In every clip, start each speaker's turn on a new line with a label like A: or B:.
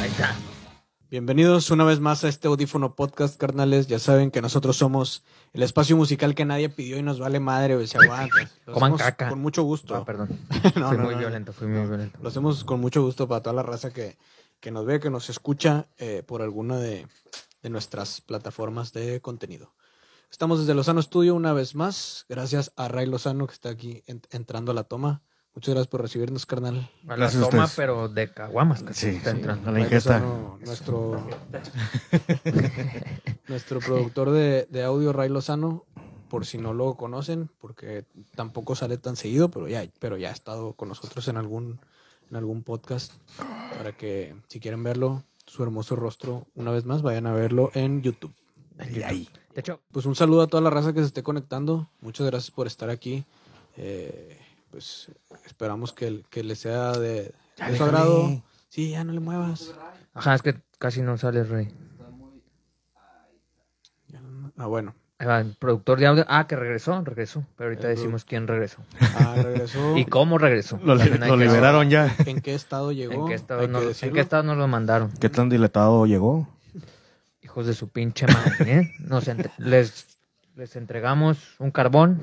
A: Ahí está.
B: Bienvenidos una vez más a este audífono podcast, carnales. Ya saben que nosotros somos el espacio musical que nadie pidió y nos vale madre, güey. Se aguanta. Lo
A: Coman
B: hacemos
A: caca.
B: Con mucho gusto.
A: Ah, perdón.
B: No,
A: fui
B: no,
A: muy
B: no, no.
A: violento, fui muy violento.
B: Lo hacemos con mucho gusto para toda la raza que, que nos ve, que nos escucha eh, por alguna de, de nuestras plataformas de contenido. Estamos desde Lozano Studio una vez más. Gracias a Ray Lozano que está aquí en- entrando a la toma. Muchas gracias por recibirnos, carnal.
A: A la
C: Gracias a
A: toma,
C: ustedes.
A: pero de caguamas. que
C: Sí,
A: está
C: sí.
A: entrando.
C: A la
B: Ray
C: ingesta.
B: Lozano, nuestro, nuestro productor de, de audio, Ray Lozano, por si no lo conocen, porque tampoco sale tan seguido, pero ya, pero ya ha estado con nosotros en algún, en algún podcast. Para que, si quieren verlo, su hermoso rostro, una vez más, vayan a verlo en YouTube.
A: De hecho,
B: Pues un saludo a toda la raza que se esté conectando. Muchas gracias por estar aquí. Eh, pues esperamos que, que les sea de, de su agrado. Sí, ya no le muevas.
A: ajá, es que casi no sale rey.
B: Ya no- Ah, bueno.
A: Ahí va, el productor de audio. Ah, que regresó, regresó. Pero ahorita
B: El
A: decimos quién regresó.
B: Ah, regresó.
A: ¿Y cómo regresó?
C: Lo, li-
A: También hay
C: lo
A: que-
C: liberaron ya.
B: ¿En qué estado llegó?
A: ¿En qué, estado
B: Hay que
A: nos, ¿En
B: decirlo.
A: qué estado nos lo mandaron?
C: ¿Qué tan dilatado llegó?
A: Hijos de su pinche madre, ¿eh? Nos entre- les, les entregamos un carbón.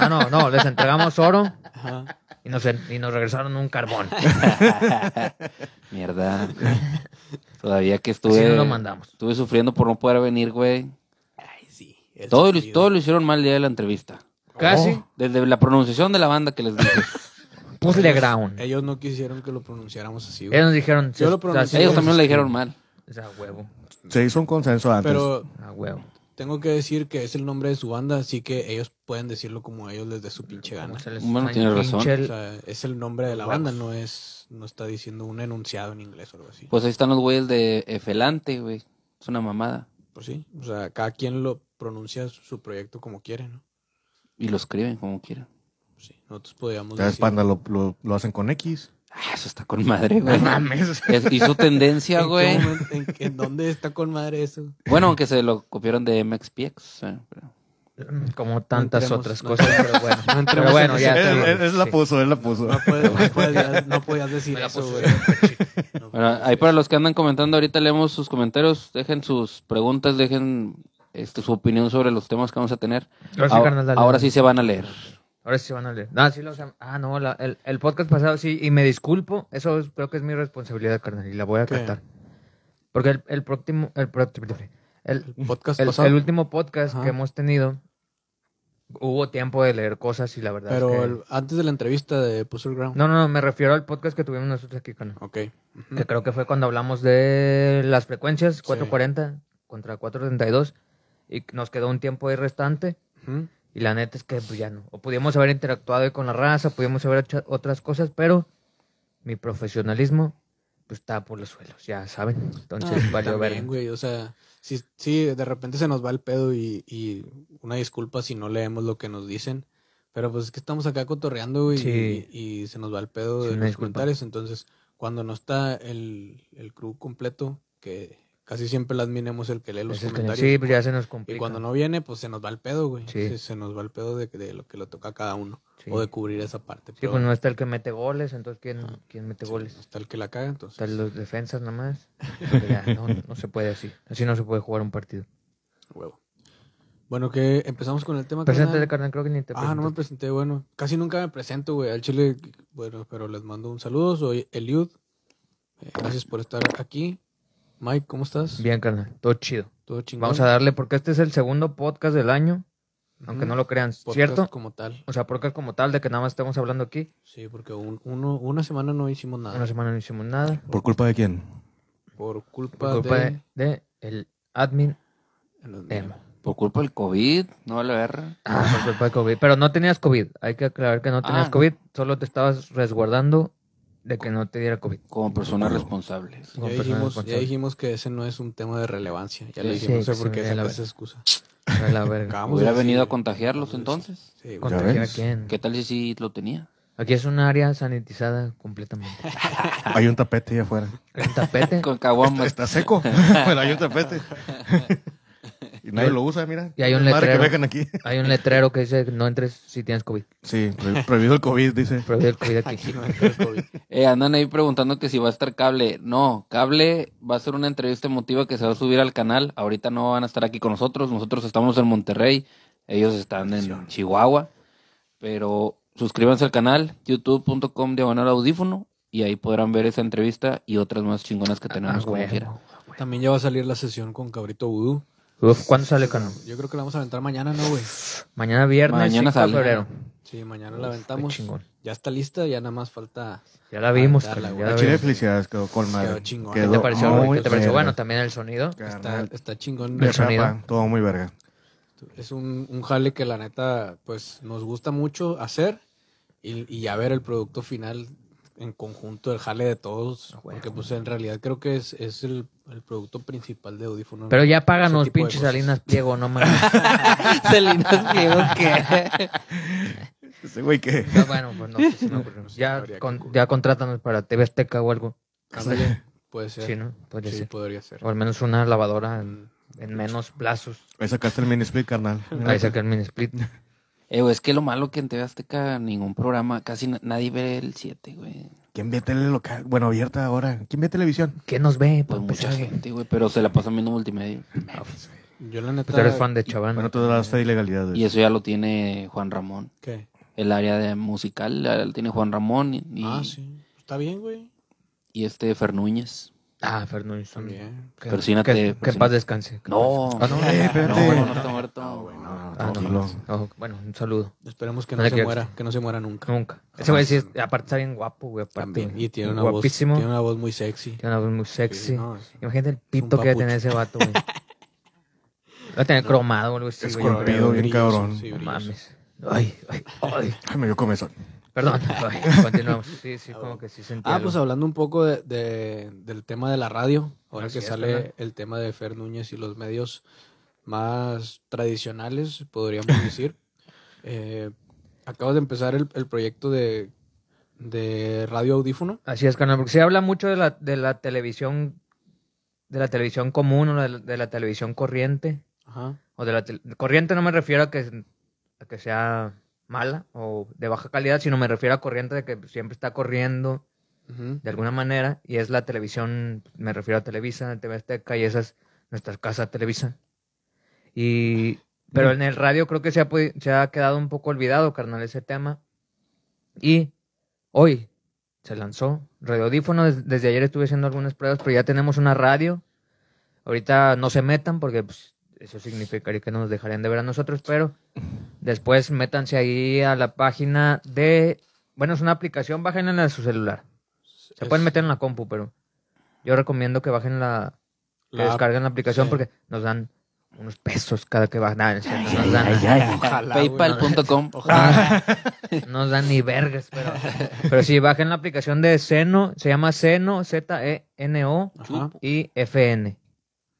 A: Ah, no, no, les entregamos oro
B: Ajá.
A: y nos, en- y nos regresaron un carbón.
D: Mierda. Todavía que
A: Así
D: estuve.
A: no lo mandamos.
D: Estuve sufriendo por no poder venir, güey.
B: Ay, sí. el
D: Todo lo,
B: sufrido.
D: todo lo hicieron mal el día de la entrevista.
A: Casi,
D: Desde la pronunciación de la banda que les dije.
A: puzzle ground.
B: Ellos no quisieron que lo pronunciáramos así, güey.
A: Ellos nos dijeron.
B: Yo lo
A: o sea,
B: pronuncié.
D: Ellos también lo dijeron mal.
A: O sea, a huevo,
C: Se hizo un consenso antes.
B: Pero
A: a huevo.
B: tengo que decir que es el nombre de su banda, así que ellos pueden decirlo como ellos les dé su pinche gana.
A: Como se les
D: Bueno, tiene razón.
A: pinche
B: O
A: el-
B: sea, es el nombre de la banda, no es, no está diciendo un enunciado en inglés o algo así.
D: Pues ahí están los güeyes de Efelante, güey. Es una mamada.
B: Pues sí, o sea, cada quien lo pronuncia su- su proyecto como quiere, ¿no?
D: Y lo escriben como quieran.
B: Pues sí, nosotros podíamos
C: Ya ves,
B: decir...
C: Panda, lo, lo- lo hacen con X.
D: Ah, eso está con madre,
A: No
D: güey.
A: mames.
D: Es- hizo tendencia,
B: ¿En, qué
D: güey.
B: momento- en, en dónde está con madre eso?
D: Bueno, aunque se lo copiaron de MXPX. eh, pero-
A: mm, Como tantas
B: entremos,
A: otras
B: no
A: cosas, pero bueno.
B: entremos
A: pero bueno,
B: en
A: ya.
B: ese-
C: él,
A: está
C: él-
A: bien,
C: él la
A: sí.
C: puso, él la puso.
B: No puedes, no podías, no podías decir
A: Me la pues,
B: eso,
A: puso
B: güey. No
D: Bueno,
B: podías
D: ahí
B: decir
D: para
B: eso.
D: los que andan comentando ahorita leemos sus comentarios, dejen sus preguntas, dejen este, su opinión sobre los temas que vamos a tener.
A: Ahora sí,
D: Ahora-
A: carnal, dale.
D: ahora sí se van a leer.
A: Ahora sí van a leer. Ah, sí los am- Ah, no, la- el, el podcast pasado sí, y me disculpo. Eso es- creo que es mi responsabilidad, carnal, y la voy a
B: ¿Qué?
A: tratar. Porque el, el próximo, el, pro- el,
B: El podcast
A: el-
B: pasado.
A: el último podcast
B: Ajá.
A: que hemos tenido, hubo tiempo de leer cosas y la verdad. es
B: Pero
A: que-
B: el- antes de la entrevista de Puzzle Ground.
A: No, no, no, me refiero al podcast que tuvimos nosotros aquí, carnal.
B: Ok. Ujú.
A: Que creo que fue cuando hablamos de las frecuencias, 440 contra 432, y nos quedó un tiempo ahí restante.
B: Ujú.
A: Y la neta es que pues, ya no. O pudimos haber interactuado ahí con la raza, pudimos haber hecho otras cosas, pero mi profesionalismo pues está por los suelos, ya saben. Entonces,
B: Ah,
A: valió
B: también,
A: ver.
B: güey, o sea, sí, sí, de repente se nos va el pedo y, y una disculpa si no leemos lo que nos dicen. Pero pues es que estamos acá cotorreando güey,
A: Sí.
B: y, y se nos va el pedo
A: Sí,
B: de
A: una
B: los
A: disculpa.
B: comentarios. Entonces, cuando no está el, el crew completo, que casi siempre las minemos el que lee los comentarios.
A: Sí, pues ya se nos complica.
B: Y cuando no viene, pues se nos va el pedo, güey.
A: Sí.
B: Se, se nos va el pedo de, de lo que lo toca a cada uno.
A: Sí.
B: O de cubrir esa parte.
A: Sí,
B: pero
A: pues no está el que mete goles, entonces ¿quién,
B: Ajá.
A: quién mete
B: Ah. sí,
A: goles?
B: no está el que la caga, entonces.
A: Están los defensas nomás. Pero ya, no, no se puede así. Así no se puede jugar un partido.
B: Huevo. Bueno, que empezamos con el tema.
A: Preséntate,
B: carnal?
A: carnal, creo que ni te
B: Ah, no me
A: presentaste.
B: presenté, bueno. Casi nunca me presento, güey. Al chile, bueno, pero les mando un saludo. Soy Eliud. Eh, gracias por estar aquí. Mike, ¿cómo estás?
A: Bien, carnal, todo chido.
B: Todo chingón.
A: Vamos a darle, porque este es el segundo podcast del año,
B: Ujú.
A: aunque no lo crean,
B: Podcast
A: ¿cierto?
B: como tal.
A: O sea, podcast como tal, de que nada más estemos hablando aquí.
B: Sí, porque un- uno, una semana no hicimos nada.
A: Una semana no hicimos nada.
C: ¿Por culpa de quién?
B: Por
A: Por
B: culpa,
A: culpa
B: Pues de...
A: de, de el admin. Em.
D: Por culpa del COVID, no la verga.
A: Ah, Por culpa de COVID. Pero no tenías COVID. Hay que aclarar que no tenías
D: Ah.
A: COVID. Solo te estabas resguardando de que no te diera COVID.
D: Como personas responsables.
A: Como persona
B: Ya dijimos, ya
A: responsable.
B: dijimos que ese no es un tema de relevancia. Ya lo
D: Sí,
B: dijimos,
A: sí,
B: no sé por
A: sí,
B: qué
A: ya la
B: se me
A: verdad.
B: hace excusa.
A: A la verga.
B: Acabamos de
D: Hubiera
B: decir-
D: venido a contagiarlos entonces.
B: Sí, güey.
A: ¿Contagiar a
C: ves.
A: quién?
D: ¿Qué tal si sí lo tenía?
A: Aquí es un área sanitizada completamente.
C: Hay un tapete ahí afuera.
A: Hay un tapete.
D: Con caguamas.
C: Está seco, pero hay un tapete. Y nadie lo usa, mira.
A: Y hay un
C: Qué madre que
A: letrero.
C: dejan aquí.
A: Hay un letrero que dice no entres si tienes COVID.
C: Sí, pre- prohibido el COVID, dice.
A: Prohibido el COVID aquí.
B: Aquí no entra el COVID.
D: Eh, andan ahí preguntando que si va a estar cable. No, cable va a ser una entrevista emotiva que se va a subir al canal. Ahorita no van a estar aquí con nosotros. Nosotros estamos en Monterrey. Ellos están en Chihuahua. Pero suscríbanse al canal youtube.com diagonal audífono y ahí podrán ver esa entrevista y otras más chingonas que tenemos
A: Ah,
D: como
A: huevo.
D: quiera.
B: También ya va a salir la sesión con Cabrito Vudú.
A: Uf, ¿Cuándo sale el canal?
B: Yo creo que la vamos a aventar mañana, ¿no, güey?
A: Mañana viernes,
D: Mañana
A: 5
D: sale.
A: de febrero.
B: Sí, mañana la
A: Uf, qué
B: aventamos.
A: chingón.
B: Ya está lista, ya nada más falta.
A: Ya la vimos.
B: Aventarla,
A: carnal,
B: güey.
A: ya
C: La
A: la
C: chile de
A: vimos.
C: felicidades quedó con
B: Quedó
C: madre.
B: chingón.
A: ¿Qué te pareció?
B: No,
A: güey?
C: muy
A: ¿Qué te pareció?
C: verga.
A: Bueno, también el sonido.
B: Está,
C: Carnal,
B: está chingón.
C: de
A: el sonido.
C: papa, Todo muy verga.
B: Es un, un jale que la neta, pues nos gusta mucho hacer y, y ya ver el producto final en conjunto, el jale de todos.
A: Güey.
B: Porque, pues, en realidad creo que es, es el, el producto principal de audífono.
A: Pero ya páganos,
B: Ese tipo de
A: pinches
B: cosas.
A: Salinas Pliego, no mames.
D: Salinas Pliego, ¿qué?
C: Ese güey que.
A: No, bueno, pues no, pues, no, pero ya,
B: Habría que
A: con- ya contrátanos para TV Azteca o algo.
B: Ándale, puede ser.
A: Sí, ¿no? Podría
B: Sí,
A: ser. Pues
B: podría ser.
A: O al menos una lavadora en, en menos plazos.
C: Ahí sacaste el mini split, carnal.
A: Ahí saca el mini split.
D: Eh, güey, es que lo malo que en TV Azteca ningún programa, casi na- nadie ve el 7, güey.
C: ¿Quién ve tele local? Bueno, abierta ahora. ¿Quién ve televisión?
A: ¿Qué nos ve?
D: Pues
A: Pues
D: mucha gente, güey, pero se la pasan viendo multimedia.
B: Yo, la neta.
A: Tú pues eres fan de Chaván.
C: Bueno, toda esta ilegalidad.
D: Y eso ya lo tiene Juan Ramón.
B: ¿Qué?
D: el área de musical la la tiene Juan Ramón y, y-
B: Ah, sí. Está bien, güey.
D: y este Fernúñez.
A: Ah, Fernández también.
B: También.
A: Que,
D: Persínate,
A: que- que en
D: persínate.
A: paz descanse.
D: No,
A: Ah, no.
C: Eh,
D: no,
C: espérate.
D: no, no está muerto.
C: No,
A: Ah, no.
C: tranquilo.
A: Ojo, bueno, un saludo.
B: Esperemos que
A: No
B: no
A: le
B: se
A: quiero-
B: muera, que no se muera nunca.
A: Nunca. Ese güey sí, es- aparte está bien guapo, güey. Aparte,
B: También.
A: güey.
B: Y tiene una
A: Guapísimo.
B: voz. Tiene una voz muy sexy.
A: Tiene una voz muy sexy.
B: Sí, no, es-
A: Imagínate el
B: un
A: pito que va a tener
B: papucho.
A: ese vato, güey. Va a tener cromado o algo así, güey. yo creo.
C: Esculpido, bien
B: brilloso,
C: cabrón.
B: sí,
A: No
B: brilloso.
A: mames. Ay, ay, ay.
C: Ay, me dio comezón.
A: Perdón. Ay, continuamos. Sí, sí, como que sí sentí
B: Ah,
A: algo.
B: pues hablando un poco de- de- del tema de la radio, ahora
A: Así
B: que
A: es,
B: sale
A: carnal.
B: el tema de Fer Núñez y los medios más tradicionales, podríamos decir. Eh, acabo de empezar el, el proyecto de, de radio audífono.
A: Así es, carnal, porque se habla mucho de la, de la televisión, de la televisión común o de la, de la televisión corriente.
B: Ajá.
A: O de la tel- corriente no me refiero a que, a que sea mala o de baja calidad, sino me refiero a corriente de que siempre está corriendo
B: ujú.
A: de alguna manera. Y es la televisión, me refiero a Televisa, TV Azteca y esas, nuestra casa Televisa. Y, pero en el radio creo que se ha, podi- se ha quedado un poco olvidado, carnal, ese tema. Y hoy se lanzó Radiodífono. Des- desde ayer estuve haciendo algunas pruebas, pero ya tenemos una radio. Ahorita no se metan porque pues, eso significaría que nos dejarían de ver a nosotros, pero después métanse ahí a la página de... Bueno, es una aplicación, bájenla en su celular. Se
B: Es
A: pueden meter en la compu, pero yo recomiendo que bajen la... Que
B: la app.
A: descarguen la aplicación
B: sí.
A: porque nos dan unos pesos cada que bajan. Nah, es cierto, nos, dan,
B: Ojalá, güey,
D: Paypal.com.
B: Ojalá.
A: nos dan ni vergas, pero, pero sí, bajen la aplicación de Seno, se llama Seno, Z-E-N-O
B: Ajá.
A: y FN.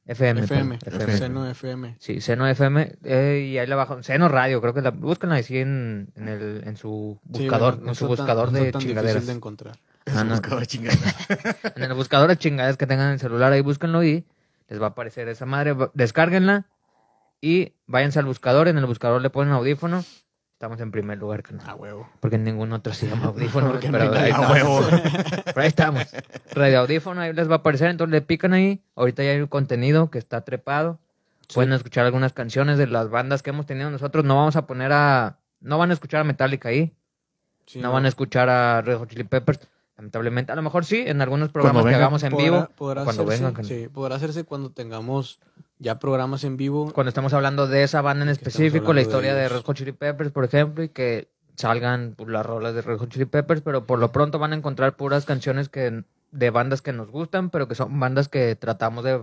A: FM.
B: FM,
A: perdón,
C: FM.
B: Seno FM.
A: Sí, Seno FM, eh, y ahí la bajan, Seno Radio, creo que la buscan así en, en, el, en su
B: Sí,
A: buscador,
B: bueno, no
A: en su
B: está tan-
A: buscador
B: no está
A: de
B: tan difícil
A: chingaderas.
B: de encontrar.
A: Ah, no,
C: Buscador chingada.
A: En el buscador de chingaderas que tengan en el celular, ahí búsquenlo y les va a aparecer esa madre, va- descárguenla y váyanse al buscador, en el buscador le ponen audífono, estamos en primer lugar, carnal,
B: A huevo.
A: porque en ningún otro se llama audífono,
B: Ah. porque no
A: pero
B: hay nada.
A: ahí
C: A
A: estamos.
C: huevo.
A: Pero ahí estamos. Radio Audífono, ahí les va a aparecer, entonces le pican ahí. Ahorita ya hay un contenido que está trepado. Pueden escuchar algunas canciones de las bandas que hemos tenido nosotros. No vamos a poner a. No van a escuchar a Metallica ahí.
B: Sí,
A: no van a escuchar a Red Hot Chili Peppers. Lamentablemente, a lo mejor sí, en algunos programas
C: Cuando
A: que
C: venga,
A: hagamos en vivo.
B: podrá
A: o cuando
B: hacerse,
A: vengan. can-
B: sí, podrá hacerse cuando tengamos ya programas en vivo.
A: Cuando estamos hablando de esa banda en
B: estamos
A: específico, la
B: hablando de
A: historia de,
B: ellos.
A: Red Hot Chili Peppers, por ejemplo, y que salgan pues, las rolas de Red Hot Chili Peppers, pero por lo pronto van a encontrar puras canciones que de bandas que nos gustan, pero que son bandas que tratamos de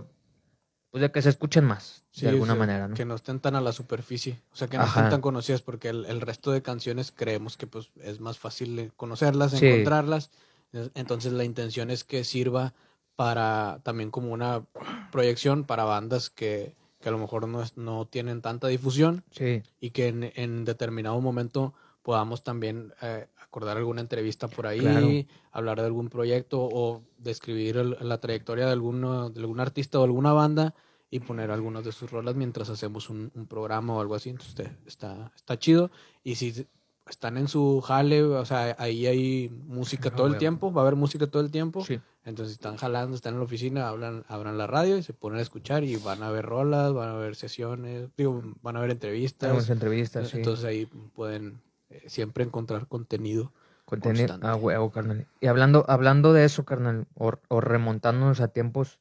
A: pues, de que se escuchen más,
B: Sí,
A: de alguna
B: o sea,
A: manera, ¿no?
B: Que no estén tan a la superficie, o sea, que no
A: Ajá.
B: estén tan conocidas, porque el, el resto de canciones creemos que pues es más fácil de conocerlas,
A: Sí.
B: encontrarlas. Entonces la intención es que sirva para también como una proyección para bandas que, que a lo mejor no, es- no tienen tanta difusión
A: Sí,
B: y que en, en determinado momento podamos también eh, acordar alguna entrevista por ahí,
A: Claro.
B: hablar de algún proyecto o describir el- la trayectoria de, alguno, de algún artista o alguna banda y poner algunas de sus rolas mientras hacemos un, un programa o algo así. Entonces te- está, está chido. Y si están en su jale, o sea, ahí hay música
A: Ah,
B: todo el
A: huevo.
B: tiempo, va a haber música todo el tiempo.
A: Sí.
B: Entonces están jalando, están en la oficina, hablan, abran la radio y se ponen a escuchar y van a ver rolas, van a ver sesiones, digo, van a ver
A: Tenemos
B: entrevistas.
A: entrevistas, sí.
B: Entonces ahí pueden eh, siempre encontrar contenido.
A: Contenido-
B: Constante.
A: ah, huevo, carnal. Y hablando, hablando de eso, carnal, o, o remontándonos a tiempos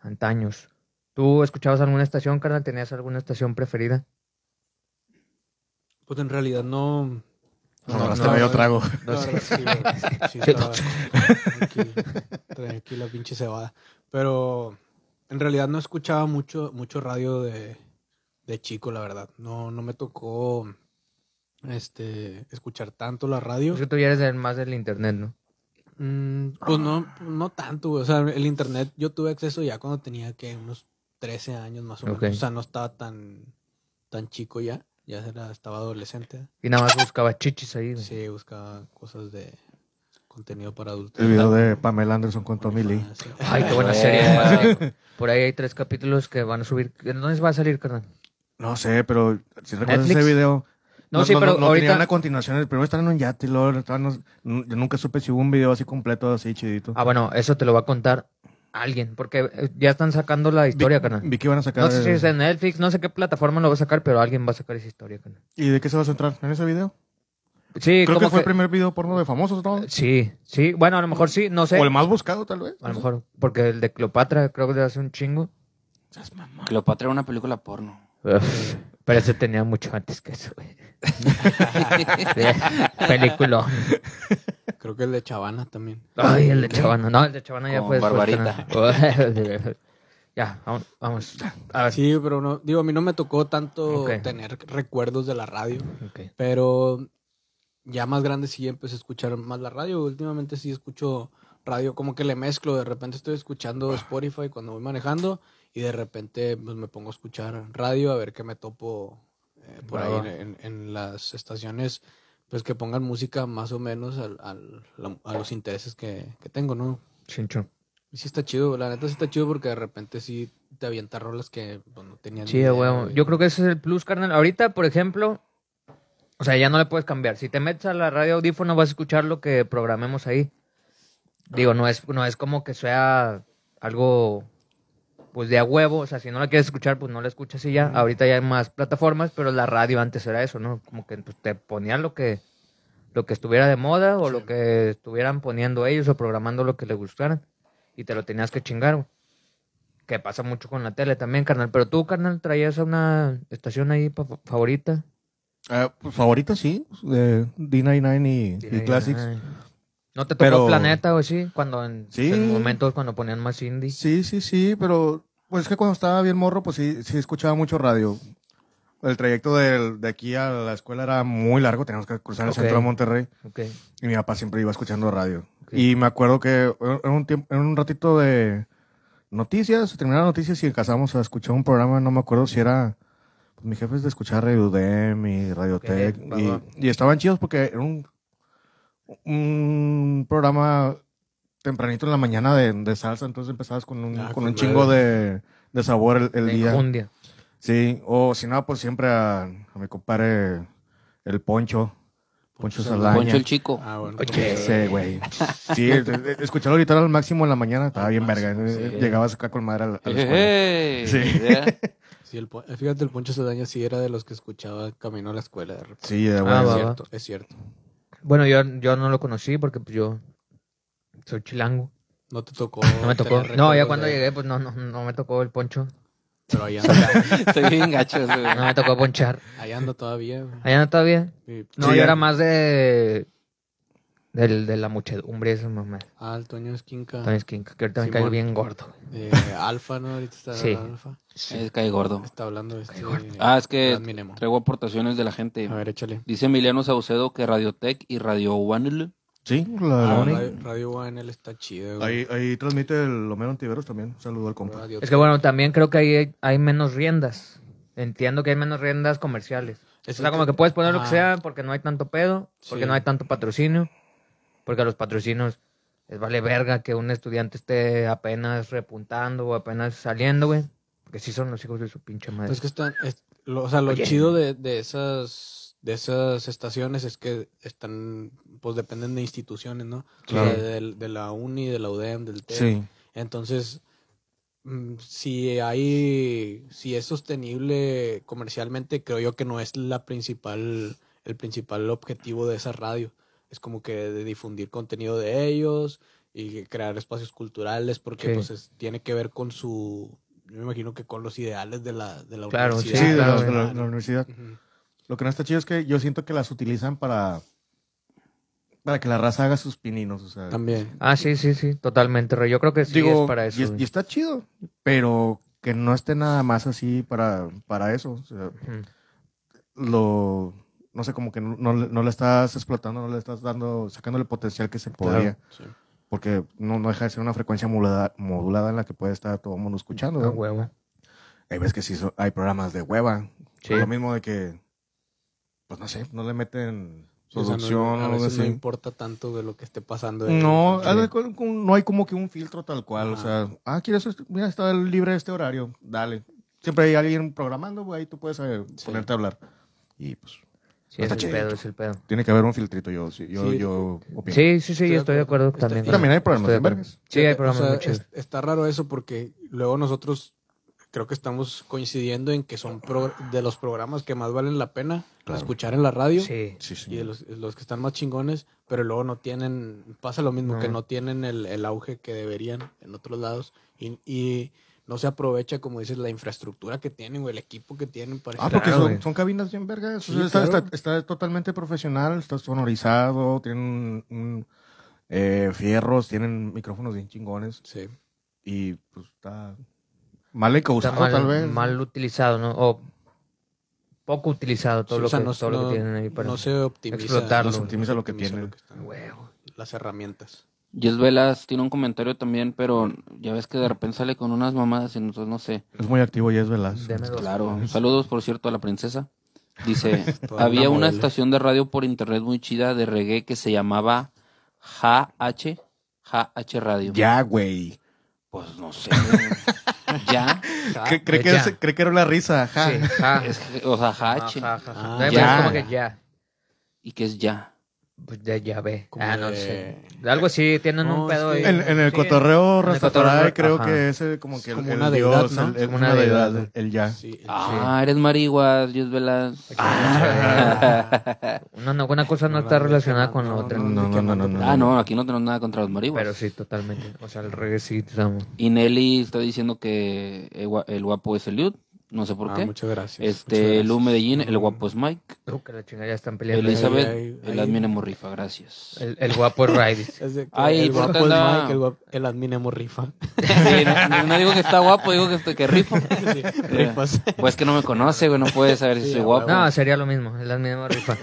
A: antaños. ¿Tú escuchabas alguna estación, carnal? ¿Tenías alguna estación preferida?
B: Pues en realidad no...
C: No,
A: No,
C: hasta
A: no,
C: medio
B: no.
C: trago.
B: La verdad, sí, güey. Sí, estaba tranqui- tranquila, pinche cebada. Pero en realidad no escuchaba mucho, mucho radio de, de chico, la verdad. No, no me tocó este escuchar tanto la radio.
A: Es que tú ya eres del- más del internet, ¿no?
B: Mm, pues
C: Ah.
B: no, no tanto, güey. O sea, el internet yo tuve acceso ya cuando tenía que unos 13 años más o menos.
A: Ok.
B: O sea, no estaba tan, tan chico ya. Ya era, estaba adolescente.
A: Y nada más buscaba chichis ahí. güey.
B: Sí, buscaba cosas de contenido para adultos.
C: El video de Pamela Anderson con Tommy Lee.
B: Ah, sí.
A: Ay, qué
C: Eh.
A: buena
D: Güey.
A: serie. madre. Por ahí hay tres capítulos que van a subir. ¿Dónde va a salir, carnal?
C: No sé, pero si recuerdas
A: ¿Netflix?
C: ese video.
A: No, sí, pero
C: no
A: ahorita-
C: tenía una continuación. El primero estaban en un yate y luego estaban- no- n- yo nunca supe si hubo un video así completo, así chidito.
A: Ah, bueno, eso te lo va a contar alguien, porque eh, ya están sacando la historia,
C: vi,
A: carnal.
C: vi que iban a sacar.
A: No sé si
C: el-
A: es en Netflix, no sé qué plataforma lo va a sacar, pero alguien va a sacar esa historia, carnal.
C: ¿Y de qué se va a centrar? ¿En ese video?
A: Sí,
C: Creo que
A: como
C: fue el
A: que-
C: primer video porno de famosos, ¿no?
A: Sí, sí. Bueno, a lo mejor sí, no sé.
C: O el más buscado, tal vez.
A: A lo mejor, porque el de Cleopatra creo que de hace un chingo.
D: Cleopatra era una película porno.
A: Pero ese tenía mucho antes que eso, güey. Película.
B: Creo que el de Chavana también.
A: Ay, el de Chavana. No, el de Chavana ya
D: Con
A: fue después,
D: Barbarita.
A: carnal. ya, vamos. vamos. A
C: Ah.
A: ver.
B: Sí, pero no, digo, a mí no me tocó tanto
A: Ok.
B: tener recuerdos de la radio,
A: Ok.
B: pero ya más grande sí empecé a escuchar más la radio. Últimamente sí escucho radio, como que le mezclo, de repente estoy
A: Ah.
B: escuchando Spotify cuando voy manejando y de repente pues, me pongo a escuchar radio a ver qué me topo eh, por
A: Va,
B: ahí
A: va.
B: en, en las estaciones, pues que pongan música más o menos al- al- la- a los intereses que, que tengo, ¿no?
A: Chincho.
B: Y Sí está chido, la neta sí está chido porque de repente sí te avientas rolas que pues, no tenían
A: Sí, güey. Yo creo que ese es el plus, carnal. Ahorita, por ejemplo, o sea, ya no le puedes cambiar. Si te metes a la radio audífono, vas a escuchar lo que programemos ahí. Digo, no es, no es como que sea algo pues de a huevo. O sea, si no la quieres escuchar, pues no la escuchas y ya. Ahorita ya hay más plataformas, pero la radio antes era eso, ¿no? Como que pues, te ponían lo que lo que estuviera de moda o lo que estuvieran poniendo ellos o programando lo que les gustaran y te lo tenías que chingar. güey. Que pasa mucho con la tele también, carnal. Pero tú, carnal, traías una estación ahí pa- favorita.
C: Eh, pues, favorita, sí. De D99 y, y Classics.
A: Ay. ¿No te tocó
C: Pero-
A: Planeta o sí? Cuando en,
C: Sí.
A: en momentos cuando ponían más indie.
C: Sí, sí, sí, pero pues es que cuando estaba bien morro, pues sí, sí escuchaba mucho radio. El trayecto del- de aquí a la escuela era muy largo, teníamos que cruzar el
A: Ok.
C: centro de Monterrey
A: Ok.
C: y mi papá siempre iba escuchando radio.
A: Ok.
C: Y me acuerdo que en un, tiemp- en un ratito de noticias, terminaron noticias y casamos a escuchar un programa, no me acuerdo si era... Pues, mi jefe es de escuchar Radio Dem y Radiotech
A: Ok, va,
C: y-
A: va.
C: y, estaban chidos porque era un, un programa tempranito en la mañana de, de salsa, entonces empezabas con un,
B: Ah,
C: con
B: con
C: un chingo
B: madre.
C: de, de sabor el, el
A: La
C: día.
A: Injundia.
C: Sí, o si no, pues siempre a, a mi compadre el Poncho, Poncho Saldaña.
D: Poncho el chico.
B: Ah, bueno.
C: Ese, güey. Sí, e- e- escucharlo ahorita al máximo en la mañana estaba bien verga. Eh,
B: máximo, sí.
C: Llegabas acá con madre a la, a
D: Eh,
C: la escuela.
D: Ey,
C: Sí.
D: yeah.
B: Sí, el, pon- eh, fíjate, el Poncho Saldaña sí era de los que escuchaba camino a la escuela. De repente.
C: Sí,
A: Ah,
C: de
B: es
A: va,
C: huevos.
A: va.
B: cierto, es cierto.
A: Bueno, yo, yo no lo conocí porque pues, yo soy chilango.
B: No te tocó.
A: No me tocó.
B: tener
A: No, ya
B: recuerdos
A: cuando
B: de-
A: llegué, pues no, no, no me tocó el poncho.
B: Pero ahí anda,
D: Estoy bien gacho. ese, güey.
A: No me tocó ponchar.
B: ahí anda todavía. güey.
A: Allá no todavía.
B: Sí,
A: No,
C: Sí,
A: yo
C: ya.
A: era más de, del- de la muchedumbre, esa mamá.
B: Ah, el Toño Esquinca.
A: Tony Skink, que ahorita me cae
B: Simón.
A: bien gordo. güey.
B: eh, Alfa, ¿no? Ahorita está
A: Sí.
B: Alfa.
D: Es cae gordo.
B: Está hablando este.
D: Ah, es que
B: Admin Emo.
D: traigo aportaciones de la gente.
B: A ver, échale.
D: Dice Emiliano Saucedo que Radiotech y Radio One
C: Sí, la
B: Ah,
C: la-
B: Radio, Radio UNL está chido. güey.
C: ahí, ahí transmite el Homero Antiveros también. Un saludo al compa.
B: Radio
A: Es que bueno, también creo que ahí hay, hay menos riendas. Entiendo que hay menos riendas comerciales. O
B: Eso
A: sea, como
B: te-
A: que puedes poner lo que
B: Ah.
A: sea porque no hay tanto pedo, porque
B: Sí.
A: no hay tanto patrocinio, porque a los patrocinios les vale verga que un estudiante esté apenas repuntando o apenas saliendo, güey. Porque sí son los hijos de su pinche madre.
B: Pues que están, es- lo- o sea, lo
A: Oye.
B: chido de, de esas de esas estaciones es que están, pues dependen de instituciones, ¿no? O sea,
C: Claro.
B: del- de, la uni, de la UDEM, del TEC.
C: Sí.
B: Entonces, mm, si hay, si es sostenible comercialmente, creo yo que no es la principal, el principal objetivo de esa radio. Es como que de difundir contenido de ellos y crear espacios culturales, porque
A: Sí.
B: pues es- tiene que ver con su, yo me imagino que con los ideales de la, de la
A: Claro,
C: Sí,
A: Sí,
B: universidad.
C: de,
A: claro,
C: la,
A: güey.
C: de la- de la universidad.
B: Ujú.
C: Lo que no está chido es que yo siento que las utilizan para para que la raza haga sus pininos, o sea.
B: También.
A: Ah, sí, sí, sí, totalmente. Roy. Yo creo que sí
C: digo,
A: es para eso.
C: y, es-
A: güey.
C: y está chido, pero que no esté nada más así para, para eso. o sea,
A: Ujú.
C: lo no sé, como que no, no, le- no le estás explotando, no le estás dando, sacando el potencial que se podría.
B: Sí.
C: Porque no, no deja de ser una frecuencia modulada, modulada en la que puede estar todo el mundo escuchando.
A: Ah,
C: ¿no?
A: huevo.
C: Hay veces que sí so- hay programas de hueva.
A: Sí.
C: Por Lo mismo de que, pues no sé, no le meten
B: Sí, o sea, no-
C: producción o
B: a
C: algo
B: veces no
C: así.
B: importa tanto de lo que esté pasando. ahí.
C: No,
B: Sí.
C: haz de cu- cu- no hay como que un filtro tal cual. O
B: Ah.
C: sea, ah, quieres, est- mira, está libre este horario, dale. Siempre hay alguien programando, güey, ahí tú puedes eh,
B: Sí.
C: ponerte a hablar. Y pues,
A: Sí, es
C: Está
A: el
C: chido.
A: pedo, es el pedo.
C: tiene que haber un filtrito, yo, sí- yo,
B: Sí.
C: yo opino.
A: Sí, sí, sí,
B: Estoy de
A: estoy de acuerdo
B: acuerdo.
A: también.
B: Está-
C: Y también hay
A: Estoy
C: programas
A: de
C: de
A: acuerdo.
C: vergas.
A: Sí, hay
B: Eh, O
A: programas
B: sea,
A: muy chidos.
B: es- está raro eso porque luego nosotros creo que estamos coincidiendo en que son pro- de los programas que más valen la pena
C: Claro.
B: escuchar en la radio
A: Sí,
C: Sí, sí.
B: y de los, los que están más chingones, pero luego no tienen, pasa lo mismo,
C: No.
B: que no tienen el, el auge que deberían en otros lados y, y no se aprovecha, como dices, la infraestructura que tienen o el equipo que tienen para...
C: Ah, porque
A: Claro,
C: son,
A: güey.
C: son cabinas bien vergas.
B: Sí,
C: O sea, está,
B: claro.
C: está- está totalmente profesional, está sonorizado, tienen un- un, eh, fierros, tienen micrófonos bien chingones.
B: Sí.
C: Y pues está mal
A: está
C: encauzado,
A: mal,
C: tal vez.
A: mal utilizado, ¿no? O poco utilizado todo,
B: Sí,
A: lo,
B: o sea,
A: que,
B: no,
A: todo lo
B: no-
A: que tienen ahí para...
B: no se optimiza.
A: explotarlo.
B: no se
C: Optimiza lo que tienen.
B: está.
A: Huevo.
B: Las herramientas.
D: Jess Velas tiene un comentario también, pero ya ves que de repente sale con unas mamadas y nosotros no sé.
C: Es muy activo y es velas.
A: Deme dos.
D: Claro. Saludos, por cierto, a la princesa. Dice,
B: Toda una
D: había una
B: modelo.
D: estación de radio por internet muy chida de reggae que se llamaba JH, JH Radio.
C: Ya, güey.
D: Pues no sé. ya.
B: Ah,
C: Cre- Cree que,
A: pues Ya.
C: es- cree que era la risa, ajá.
A: Sí, ja.
D: Es que- o sea,
A: Ah,
D: JH.
A: ja, ja, ja.
B: Ah,
A: Debe
C: ya.
A: ser como que ya.
D: ¿Y qué es ya?
A: Pues ya, ya ve.
B: Como
A: ah, no
B: de-
A: sé. Algo así, tienen
B: No,
A: un pedo
B: sí.
A: ahí.
C: En, en el
A: Sí, en
C: cotorreo
A: el
C: rastafari
A: cotorreo,
C: creo
A: ajá.
C: que ese como que
B: Es como
C: el,
B: una
C: el
B: deidad,
C: dios,
B: ¿no?
C: el- el-
A: Como
C: una
A: una deidad.
C: deidad, el ya.
B: Sí,
D: Ah, eres mariguas, Jess Velas.
A: No, no, una cosa no
B: No,
A: está
B: no,
A: relacionada
B: no,
A: con la
B: no,
A: otra.
B: no,
C: No, no, no, no, no.
D: Ah, no, aquí no tenemos nada contra los mariguas.
A: Pero sí, totalmente. O sea, el reggae sí, estamos.
D: Y Nelly está diciendo que el gua- el guapo es el Eliud. No sé por
B: Ah,
D: qué.
B: Muchas gracias. muchas
D: Este,
B: gracias.
D: Lu Medellín, el
B: Mm.
D: guapo es Mike.
A: Uh, que la chingada ya están peleando.
D: Elizabeth,
B: ahí,
D: el
B: ahí.
D: admin es Morrifa, gracias.
A: El, el guapo es Raidis.
B: Es de que
D: Ay,
B: el
D: por
B: guapo es
D: tanto, no.
B: Mike, el, guapo, el admin emo rifa.
D: Sí, no, no digo que está guapo, digo que, estoy- que rifo.
B: Sí, rifas.
D: Pues que no me conoce, güey, no puede saber si
B: Sí,
D: soy
B: a
D: guapo.
A: No, sería lo mismo, es la misma rifa.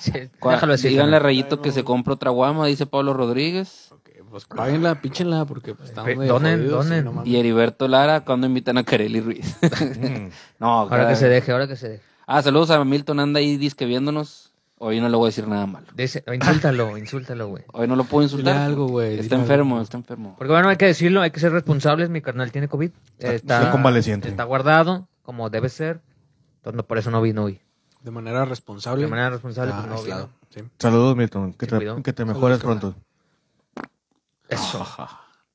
A: Sí,
D: Cua-
A: déjalo así.
D: Díganle a
A: carnal.
D: Rayito que se compra otra guama, dice Pablo Rodríguez.
B: Ok, pues páguenla, píchenla, porque pues, estamos
A: Pe-
B: medio
A: donen,
B: jodidos, sí,
A: donen.
B: no mames.
D: Y Heriberto Lara, cuando invitan a Kareli Ruiz?
C: Mm.
D: no,
A: Ahora
D: cada-
A: que se deje, ahora que se deje.
D: Ah, saludos a Milton, anda ahí disque viéndonos. Hoy no le voy a decir nada malo.
A: Dice, insúltalo, insúltalo, güey.
D: Hoy no lo puedo insultar.
B: Dile algo, güey, dile
D: Está
B: algo.
D: enfermo, está enfermo.
A: Porque bueno, hay que decirlo, hay que ser responsables. Mi carnal tiene COVID.
C: Está-
A: Está,
C: está convaleciente.
A: Está guardado, como debe ser. Entonces, no, por eso no vino hoy.
B: De manera responsable.
A: De manera responsable,
B: Ah,
A: pues, no
B: aislado,
A: vino.
B: sí.
C: Saludos, Milton. Que
A: Se
C: te,
A: cuidó.
C: que te mejores
B: carnal.
C: pronto.
A: Eso.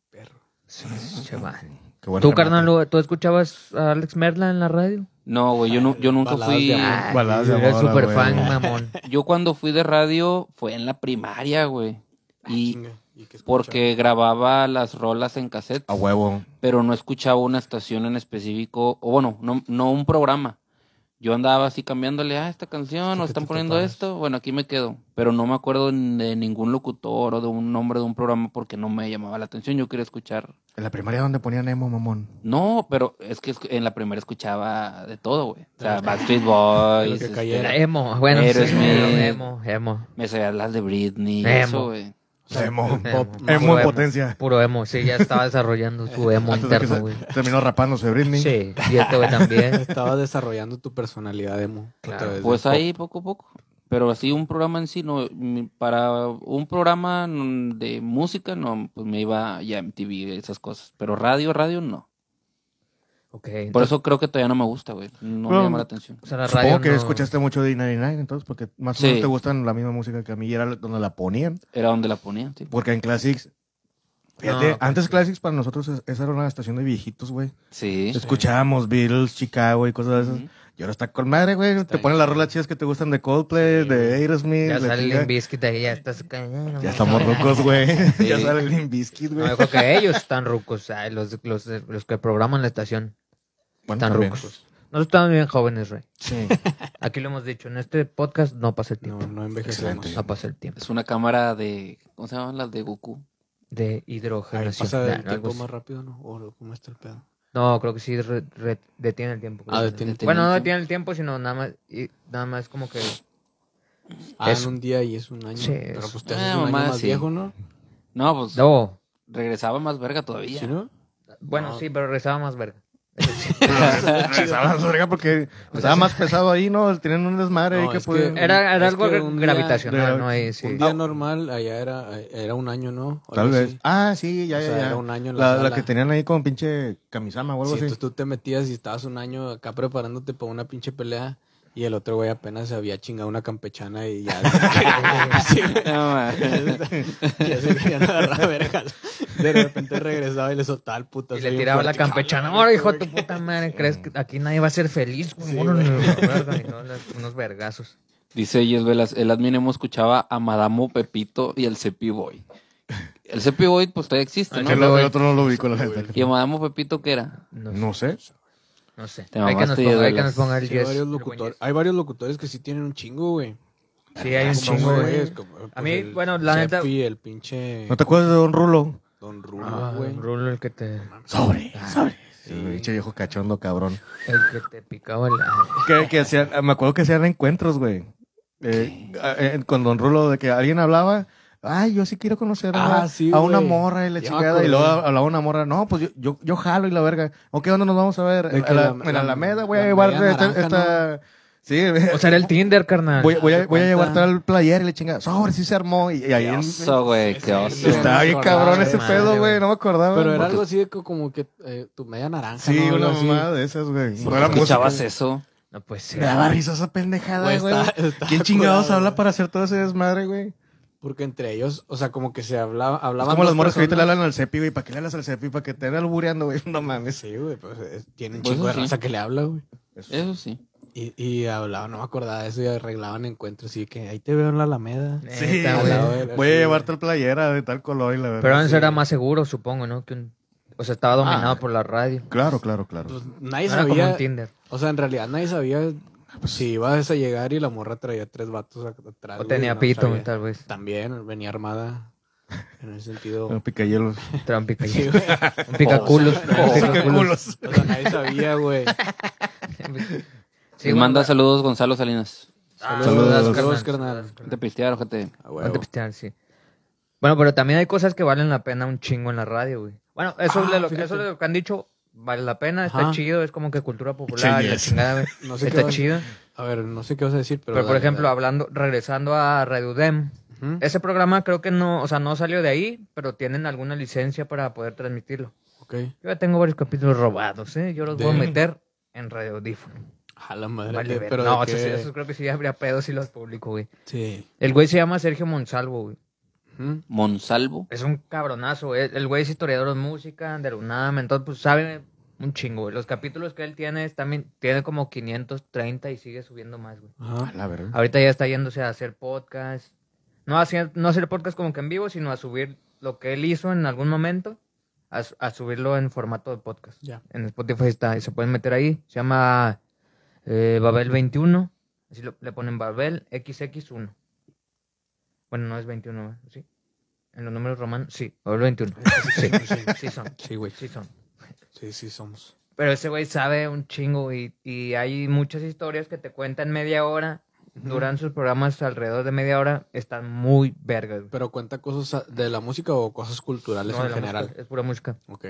B: Perro.
A: Sí, chaval.
C: Qué bueno.
A: ¿Tú, carnal, lo- tú escuchabas a Alex Merla en la radio?
D: No, güey, yo, nu- yo nunca
B: Baladas
D: fui.
B: de amor.
A: Ah,
C: Baladas de
A: yo era
C: amor,
A: súper
C: güey.
A: fan, mamón.
D: Yo cuando fui de radio fue en la primaria, güey. Y
B: Ah, Chinga, ¿y qué escucha?
D: porque grababa las rolas en cassette,
C: A huevo.
D: pero no escuchaba una estación en específico, o bueno, no, no un programa. Yo andaba así cambiándole, ah, esta canción, o
B: que
D: están
B: te
D: poniendo
B: topabas.
D: esto, bueno, aquí me quedo. Pero no me acuerdo n- de ningún locutor o de un nombre de un programa porque no me llamaba la atención. Yo quería escuchar.
C: En la primaria donde ponían emo, mamón.
D: No, pero es que escu- en la primera escuchaba de todo, güey. O sea,
B: lo que-
D: Backstreet Boys,
B: de lo que
D: este,
B: cayera.
A: Era emo, bueno, sí,
D: Aerosmith.
A: era emo, emo.
D: me sabía las de Britney,
A: Emo.
D: eso, güey.
C: emo.
A: Emo.
C: Pop-
A: Puro
C: Emo en potencia.
A: Puro emo, sí, ya estaba desarrollando su emo
C: Antes de que
A: interno,
C: se-
A: güey.
C: terminó rapándose Britney.
A: Sí, y este güey también.
B: Estaba desarrollando tu personalidad emo. a
A: Claro.
B: través del
D: Pues
B: pop.
D: ahí poco a poco. Pero así un programa en sí, no, mm, para un programa mm, de música, no, pues me iba ya a MTV, esas cosas. Pero radio, radio, no.
A: Ok.
D: Por
A: entonces,
D: eso creo que todavía no me gusta, güey. No
C: Bueno,
D: me llama la atención.
A: o sea, la
C: Supongo
A: radio
C: que
A: no-
C: escuchaste mucho de 99, entonces, porque más o
D: Sí.
C: menos te gustan la misma música que a mí y era donde la ponían.
D: Era donde la ponía, sí.
C: Porque en Classics. Fíjate,
A: No, pues
C: antes
A: sí.
C: Classics para nosotros es- esa era una estación de viejitos, güey.
D: Sí.
C: Escuchábamos Beatles, Chicago y cosas de esas.
D: Ujú.
C: Y ahora está con madre, güey. te
D: bien
C: ponen las
D: chido.
C: rolas chidas que te gustan de Coldplay,
A: Sí,
C: de
A: güey.
C: Aerosmith.
A: Ya
C: la
A: sale
C: chingada.
A: el Bizkit ahí, ya estás.
C: Ya estamos rocos, güey.
D: Sí.
C: ya sale el Limbiskit,
A: No,
C: güey.
A: yo creo que ellos están rucos, ay, los, los, los que programan la estación
C: Bueno,
A: están
C: también. pues,
A: rucos. Nosotros estamos bien jóvenes, Rey.
C: Sí.
A: Aquí lo hemos dicho, en este podcast no pasa el
B: No,
A: tiempo.
B: no envejecemos.
C: Excelente.
A: No pasa el tiempo.
D: Es una cámara de. ¿Cómo se llaman las de Goku?
A: De
B: Ahí
A: hidrogenación.
B: pasa
A: pues, Nah,
B: el
A: no, algo
B: tiempo
A: así.
B: más rápido, ¿no? O cómo está el pedo.
A: No, creo que sí re- re- detiene el tiempo. creo
B: Ah,
A: que
B: detiene el
A: Bueno, no
D: tiempo.
A: detiene el tiempo, sino nada más, y nada más como que...
B: Ah, en
A: Eso.
B: un día y es un año.
A: Sí,
B: pero
A: eso.
B: pues te
D: Ah,
B: haces un año
D: mamá,
B: más
D: sí.
B: viejo, ¿no?
D: No, pues
A: No,
D: regresaba más verga todavía.
B: ¿Sí, no?
A: bueno,
B: No.
A: sí, pero rezaba más verga.
C: Regresaba a la verga porque
A: Pues
C: estaba más pesado ahí, ¿no? Tenían un desmadre
B: No,
C: ahí que
B: es
C: puede.
B: que- eh,
A: Era, era
B: Es
A: algo
B: que un día-
A: gravitacional,
C: de-
A: ¿no? Ahí, sí.
B: Un día normal allá era, era un año, ¿no? O
C: Tal
B: algo
C: vez.
B: así.
C: Ah, sí, ya,
B: O
C: ya,
B: sea,
C: ya.
B: era un año en la
C: la, la
B: sala.
C: que tenían ahí con pinche camisama o algo
B: Sí,
C: así.
B: entonces tú te metías y estabas un año acá preparándote para una pinche pelea y el otro güey apenas se había chingado una campechana y ya, Sí,
D: No, ma.
B: ya se querían agarrar a vergas. De repente regresaba y le soltaba el puta.
A: Y le tiraba la campechana. Ahora, hijo de tu puta madre, ¿crees que aquí nadie va a ser feliz? güey?
B: Sí,
A: Órale,
B: güey.
A: la verga, y no, las- unos vergazos.
D: Dice Yes Velas, el adminemo escuchaba a Madamo Pepito y el Cepi Boy. El Cepi Boy, pues todavía existe,
A: Ah,
D: ¿no?
A: sí,
C: El,
A: lo-
C: el otro no lo ubico, la neta.
D: ¿Y a Madamo Pepito qué era?
A: No,
C: No sé.
A: no sé.
D: Te
A: hay, que nos
D: mamaste,
A: ponga, hay que
D: Velas.
A: nos ponga el
B: Sí, hay,
A: yes,
B: varios
A: el buen
B: locutores,
A: yes.
B: hay varios locutores que sí tienen un chingo, güey.
A: Sí, hay un
B: Como,
A: chingo,
B: güey,
A: güey.
B: es como, pues,
A: A mí,
B: el
A: bueno, la neta-
B: Chepi, El pinche
C: ¿No te acuerdas de Don Rulo?
B: Don Rulo,
A: Ah,
B: güey.
A: Rulo, el que te,
C: Sobre, sobre. Sí,
B: Ah, Sí.
C: pinche viejo cachondo, cabrón.
A: el que te picaba la...
C: que, que hacían, me acuerdo que hacían encuentros, güey. Eh, a- eh, con Don Rulo, de que alguien hablaba, ay, yo sí quiero conocer a,
B: Ah, sí,
C: a una
B: güey.
C: morra y la
B: Ya
C: chingada.
B: me
C: Y luego
B: acordé.
C: hablaba una morra, no, pues yo, yo, yo jalo y la verga. ¿O qué onda nos vamos a ver?
B: De que
C: A la-
B: la-
C: en
B: la-
C: la Alameda voy a
B: la
C: llevar
B: media
C: esta...
B: naranja,
C: esta- Sí,
A: O sea, era el Tinder, carnal.
C: voy, voy a, voy a
B: cuenta.
C: llevarte al player y la chingada. Sobre, sí se armó. Y, y ahí...
D: Qué oso, güey, qué oso.
C: Estaba bien cabrón
A: madre,
C: ese
A: madre,
C: pedo, güey.
A: güey.
C: No me acordaba.
B: Pero era
C: Porque-
B: algo así de co- como que eh, tu media naranja.
C: Sí,
B: ¿no?
C: una
B: Algo así.
C: mamada de esas, güey. No era
D: ¿Escuchabas
C: música.
D: eso?
A: No, pues sí.
C: Me daba risa esa pendejada,
B: Güey,
C: güey.
B: está- está
C: ¿Quién chingados
B: curado,
C: habla
B: güey.
C: para hacer todo ese desmadre, güey?
B: Porque entre ellos, o sea, como que se hablaba,
C: Es
B: hablaban.
C: como
B: dos
C: las morras que ahorita le
B: personas.
C: hablan al cepi, güey. ¿Para qué le hablas al cepi? ¿Para que te estén albureando, güey? No mames.
B: Sí, güey, pues es- tiene un
D: Pues
B: chingo de
D: sí.
B: raza que le habla, güey.
D: Eso sí.
B: Y, y hablaban, no me acordaba de eso, y arreglaban encuentros, y que ahí te veo en la Alameda.
A: Neta,
C: Sí,
A: güey.
B: al lado
C: güey.
B: de la-
C: Voy a
B: sí,
C: llevarte al playera de tal color y la verdad.
A: Pero antes
B: sí.
A: era más seguro, supongo, ¿no? Que un- O sea, estaba dominado
C: Ah.
A: por la radio.
C: Claro, claro, claro.
B: Pues nadie
A: No era como un
B: sabía,
A: Tinder.
B: o sea, en realidad nadie sabía
C: Ah, pues
B: si ibas a llegar y la morra traía tres vatos ac- atrás.
A: O
B: güey,
A: tenía
B: no
A: pito,
B: sabía.
A: tal vez.
B: También venía armada, en el
C: Ah,
B: sentido.
C: Picayelos.
A: Era un pica-
B: Sí, güey.
A: un picaculos. un picaculos.
C: Picaculos.
B: O sea, nadie sabía, güey.
A: Sí,
D: Le
A: bueno,
D: manda
A: va-
D: saludos Gonzalo Salinas.
A: Ah,
B: Saludos,
C: saludos,
B: saludos, carnal.
D: Te pistearon, gente.
B: A
A: Ponte
B: huevo.
A: a pistear, sí. Bueno, pero también hay cosas que valen la pena un chingo en la radio, güey. Bueno, eso,
B: Ah,
A: de lo,
B: fíjate.
A: eso de lo que han dicho vale la pena, está
B: Ajá.
A: chido, es como que cultura popular, y la
C: Yes.
A: chingada, güey.
B: No sé qué
A: está
B: va-
A: chido.
B: A ver, no sé qué vas a decir, pero.
A: Pero, por
B: dale,
A: ejemplo,
B: dale.
A: hablando, regresando a Radio Dem,
B: Ujú.
A: ese programa creo que no, o sea, no salió de ahí, pero tienen alguna licencia para poder transmitirlo.
B: Ok.
A: Yo ya tengo varios capítulos robados, ¿eh? Yo los voy a
B: De-
A: meter en Radio Audífono.
B: A la madre.
A: Vale,
B: de-
A: ver-
B: pero
A: no,
B: de
A: eso, sí,
B: qué-
A: eso creo que sí habría pedo si los publico, güey.
B: Sí.
A: El güey se llama Sergio Monsalvo, güey.
B: Ujú.
D: Monsalvo.
A: Es un cabronazo, güey. El güey es historiador de música, de la UNAM, entonces pues sabe un chingo, güey. Los capítulos que él tiene es también tiene como 530 y sigue subiendo más, güey.
B: Ajá.
C: La verga.
A: Ahorita ya está yéndose a hacer podcast. No a hacer, no a hacer podcast como que en vivo, sino a subir lo que él hizo en algún momento, a, su- a subirlo en formato de podcast.
B: Ya.
A: En Spotify está, y se pueden meter ahí. Se llama eh, Babel21. Así lo- le ponen Babel XX1. Bueno, no es 21, ¿eh? ¿sí? En los números romanos, sí, Babel21. Sí, sí, sí son,
B: Sí, güey.
A: sí son.
B: Sí, sí, somos.
A: Pero ese güey sabe un chingo y, y hay muchas historias que te cuentan media hora. Duran sus programas alrededor de media hora. Están muy vergas. güey.
B: Pero cuenta cosas a- de la música o cosas culturales
A: No, de
B: Pues en
A: la
B: general.
A: música, es pura música.
B: Ok.